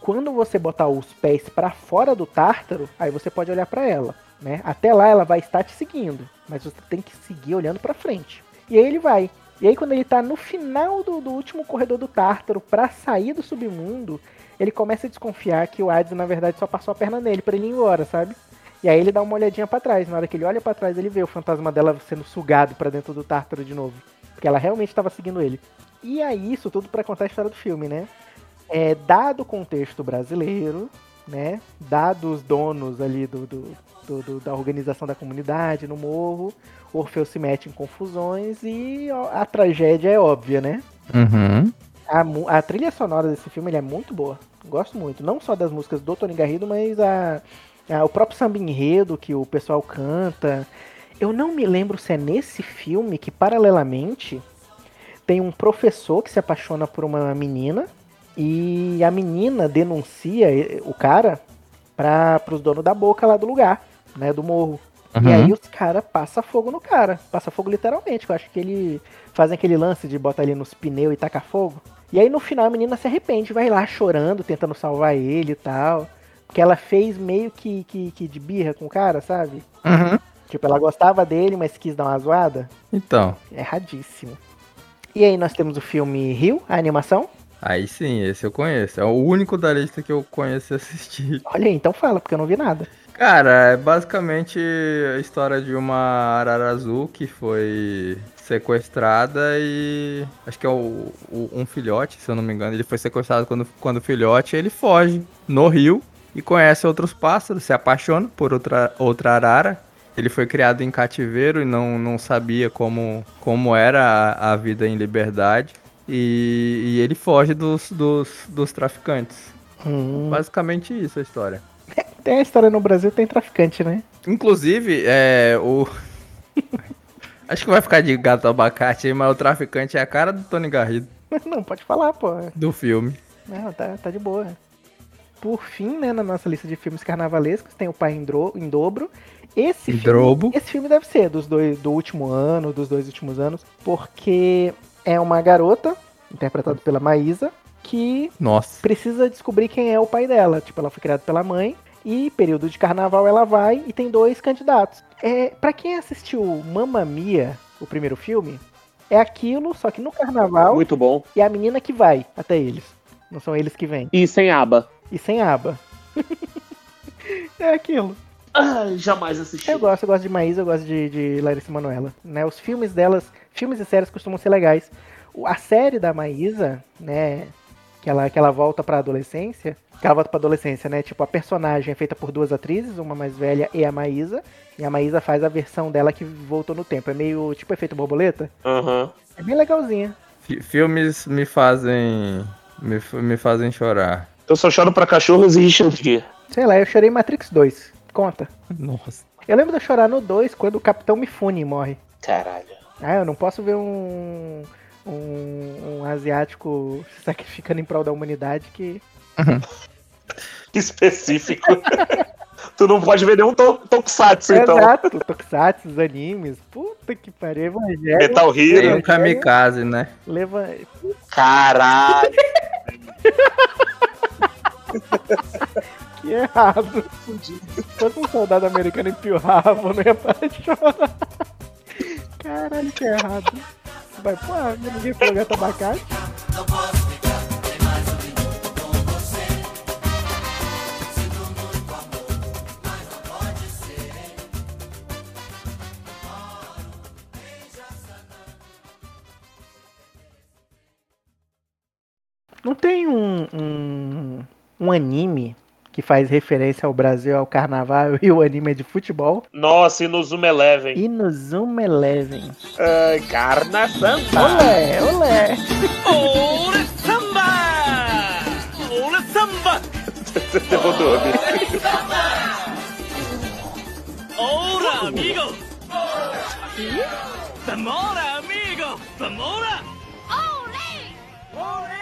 [SPEAKER 2] Quando você botar os pés pra fora do Tártaro, aí você pode olhar pra ela, né? Até lá ela vai estar te seguindo, mas você tem que seguir olhando pra frente. E aí ele vai. E aí quando ele tá no final do, do último corredor do Tártaro pra sair do submundo, ele começa a desconfiar que o Hades na verdade só passou a perna nele pra ele ir embora, sabe? E aí ele dá uma olhadinha pra trás. Na hora que ele olha pra trás, ele vê o fantasma dela sendo sugado pra dentro do Tártaro de novo, porque ela realmente tava seguindo ele. E aí isso tudo pra contar a história do filme, né? é, dado o contexto brasileiro, né? Dados os donos ali do, do- do- do- da organização da comunidade no morro, Orfeu se mete em confusões e ó, a tragédia é óbvia, né?
[SPEAKER 3] Uhum.
[SPEAKER 2] A, mu- a trilha sonora desse filme ele é muito boa. Gosto muito. Não só das músicas do Tony Garrido, mas a, a- o próprio samba enredo que o pessoal canta. Eu não me lembro se é nesse filme que, paralelamente, tem um professor que se apaixona por uma menina e a menina denuncia eh, o cara para os donos da boca lá do lugar, né, do morro. E
[SPEAKER 3] uhum.
[SPEAKER 2] aí os caras passam fogo no cara. Passa fogo literalmente. que Eu acho que ele fazem aquele lance de botar ele nos pneus e tacar fogo. E aí no final a menina se arrepende, vai lá chorando, tentando salvar ele e tal. Porque ela fez meio que, que, que de birra com o cara, sabe?
[SPEAKER 3] Uhum.
[SPEAKER 2] Tipo, ela gostava dele, mas quis dar uma zoada.
[SPEAKER 3] Então,
[SPEAKER 2] Erradíssimo. E aí nós temos o filme Rio, a animação.
[SPEAKER 3] aí sim, esse eu conheço. É o único da lista que eu conheço e assisti.
[SPEAKER 2] Olha aí, então fala, porque eu não vi nada.
[SPEAKER 3] Cara, é basicamente a história de uma arara azul que foi sequestrada e. Acho que é o, o- um filhote, se eu não me engano. Ele foi sequestrado quando, quando filhote, ele foge no rio e conhece outros pássaros, se apaixona por outra, outra arara. Ele foi criado em cativeiro e não, não sabia como, como era a, a vida em liberdade. E, e ele foge dos, dos, dos traficantes.
[SPEAKER 2] Hum.
[SPEAKER 3] Basicamente isso a história.
[SPEAKER 2] Tem a história no Brasil, tem traficante, né? *laughs*
[SPEAKER 3] Inclusive, é. O. *laughs* Acho que vai ficar de gato abacate aí, mas o traficante é a cara do Tony Garrido
[SPEAKER 2] Não, pode falar, pô.
[SPEAKER 3] do filme.
[SPEAKER 2] Não, tá, tá de boa. Por fim, né, na nossa lista de filmes carnavalescos, tem o Pai em, Dro- em Dobro. Esse
[SPEAKER 3] Em
[SPEAKER 2] filme,
[SPEAKER 3] Drobo.
[SPEAKER 2] esse filme deve ser dos dois, do último ano, dos dois últimos anos, porque é uma garota, interpretada pela Maísa, que
[SPEAKER 3] Nossa.
[SPEAKER 2] precisa descobrir quem é o pai dela. Tipo, ela foi criada pela mãe e período de carnaval ela vai e tem dois candidatos. É, para quem assistiu Mamma Mia, o primeiro filme, é aquilo, só que no carnaval
[SPEAKER 4] Muito bom.
[SPEAKER 2] e a menina que vai até eles. Não são eles que vêm.
[SPEAKER 4] E sem aba.
[SPEAKER 2] E sem aba. *laughs* é aquilo.
[SPEAKER 4] Ai, Ah, jamais assisti.
[SPEAKER 2] Eu gosto, eu gosto de Maísa, eu gosto de, de Larissa Manoela. Né? Os filmes delas, filmes e séries costumam ser legais. O- A série da Maísa, né? Que ela, que ela volta pra adolescência. Que ela volta pra adolescência, né? Tipo, a personagem é feita por duas atrizes, uma mais velha e a Maísa. E a Maísa faz a versão dela que voltou no tempo. É meio tipo efeito borboleta.
[SPEAKER 3] Aham.
[SPEAKER 2] É bem legalzinha.
[SPEAKER 3] Fi- Filmes me fazem. Me, f- me fazem chorar.
[SPEAKER 4] Eu só choro pra cachorros e Richard Gere.
[SPEAKER 2] Sei lá, eu chorei em Matrix 2. Conta.
[SPEAKER 3] Nossa.
[SPEAKER 2] Eu lembro de eu chorar no 2 quando o Capitão Mifune morre.
[SPEAKER 4] Caralho.
[SPEAKER 2] Ah, eu não posso ver um, um, um asiático se sacrificando em prol da humanidade que.
[SPEAKER 4] Que específico. *laughs* tu não pode ver nenhum to- tokusatsu, então.
[SPEAKER 2] Exato, Tokusatsu, animes. Puta que pariu, Evangelho.
[SPEAKER 4] Metal Hero.
[SPEAKER 3] Tem um kamikaze, né?
[SPEAKER 2] Leva...
[SPEAKER 4] Caralho.
[SPEAKER 2] *laughs* Que errado. Se fosse um soldado americano empurrava, eu não ia parar de chorar. Caralho, que errado. Vai, pô, ninguém falou gato abacate. Não tem um, um, um anime que faz referência ao Brasil, ao carnaval *laughs* e o anime é de futebol?
[SPEAKER 4] Nossa, e no Zoom Eleven.
[SPEAKER 2] E no Zoom Eleven.
[SPEAKER 4] Ai, carna santa.
[SPEAKER 2] Olé, olé.
[SPEAKER 7] Ole samba! Ole samba!
[SPEAKER 4] Derrubou o nome.
[SPEAKER 7] Ora, amigo! Zamora, amigo! Zamora! Ole! Ole!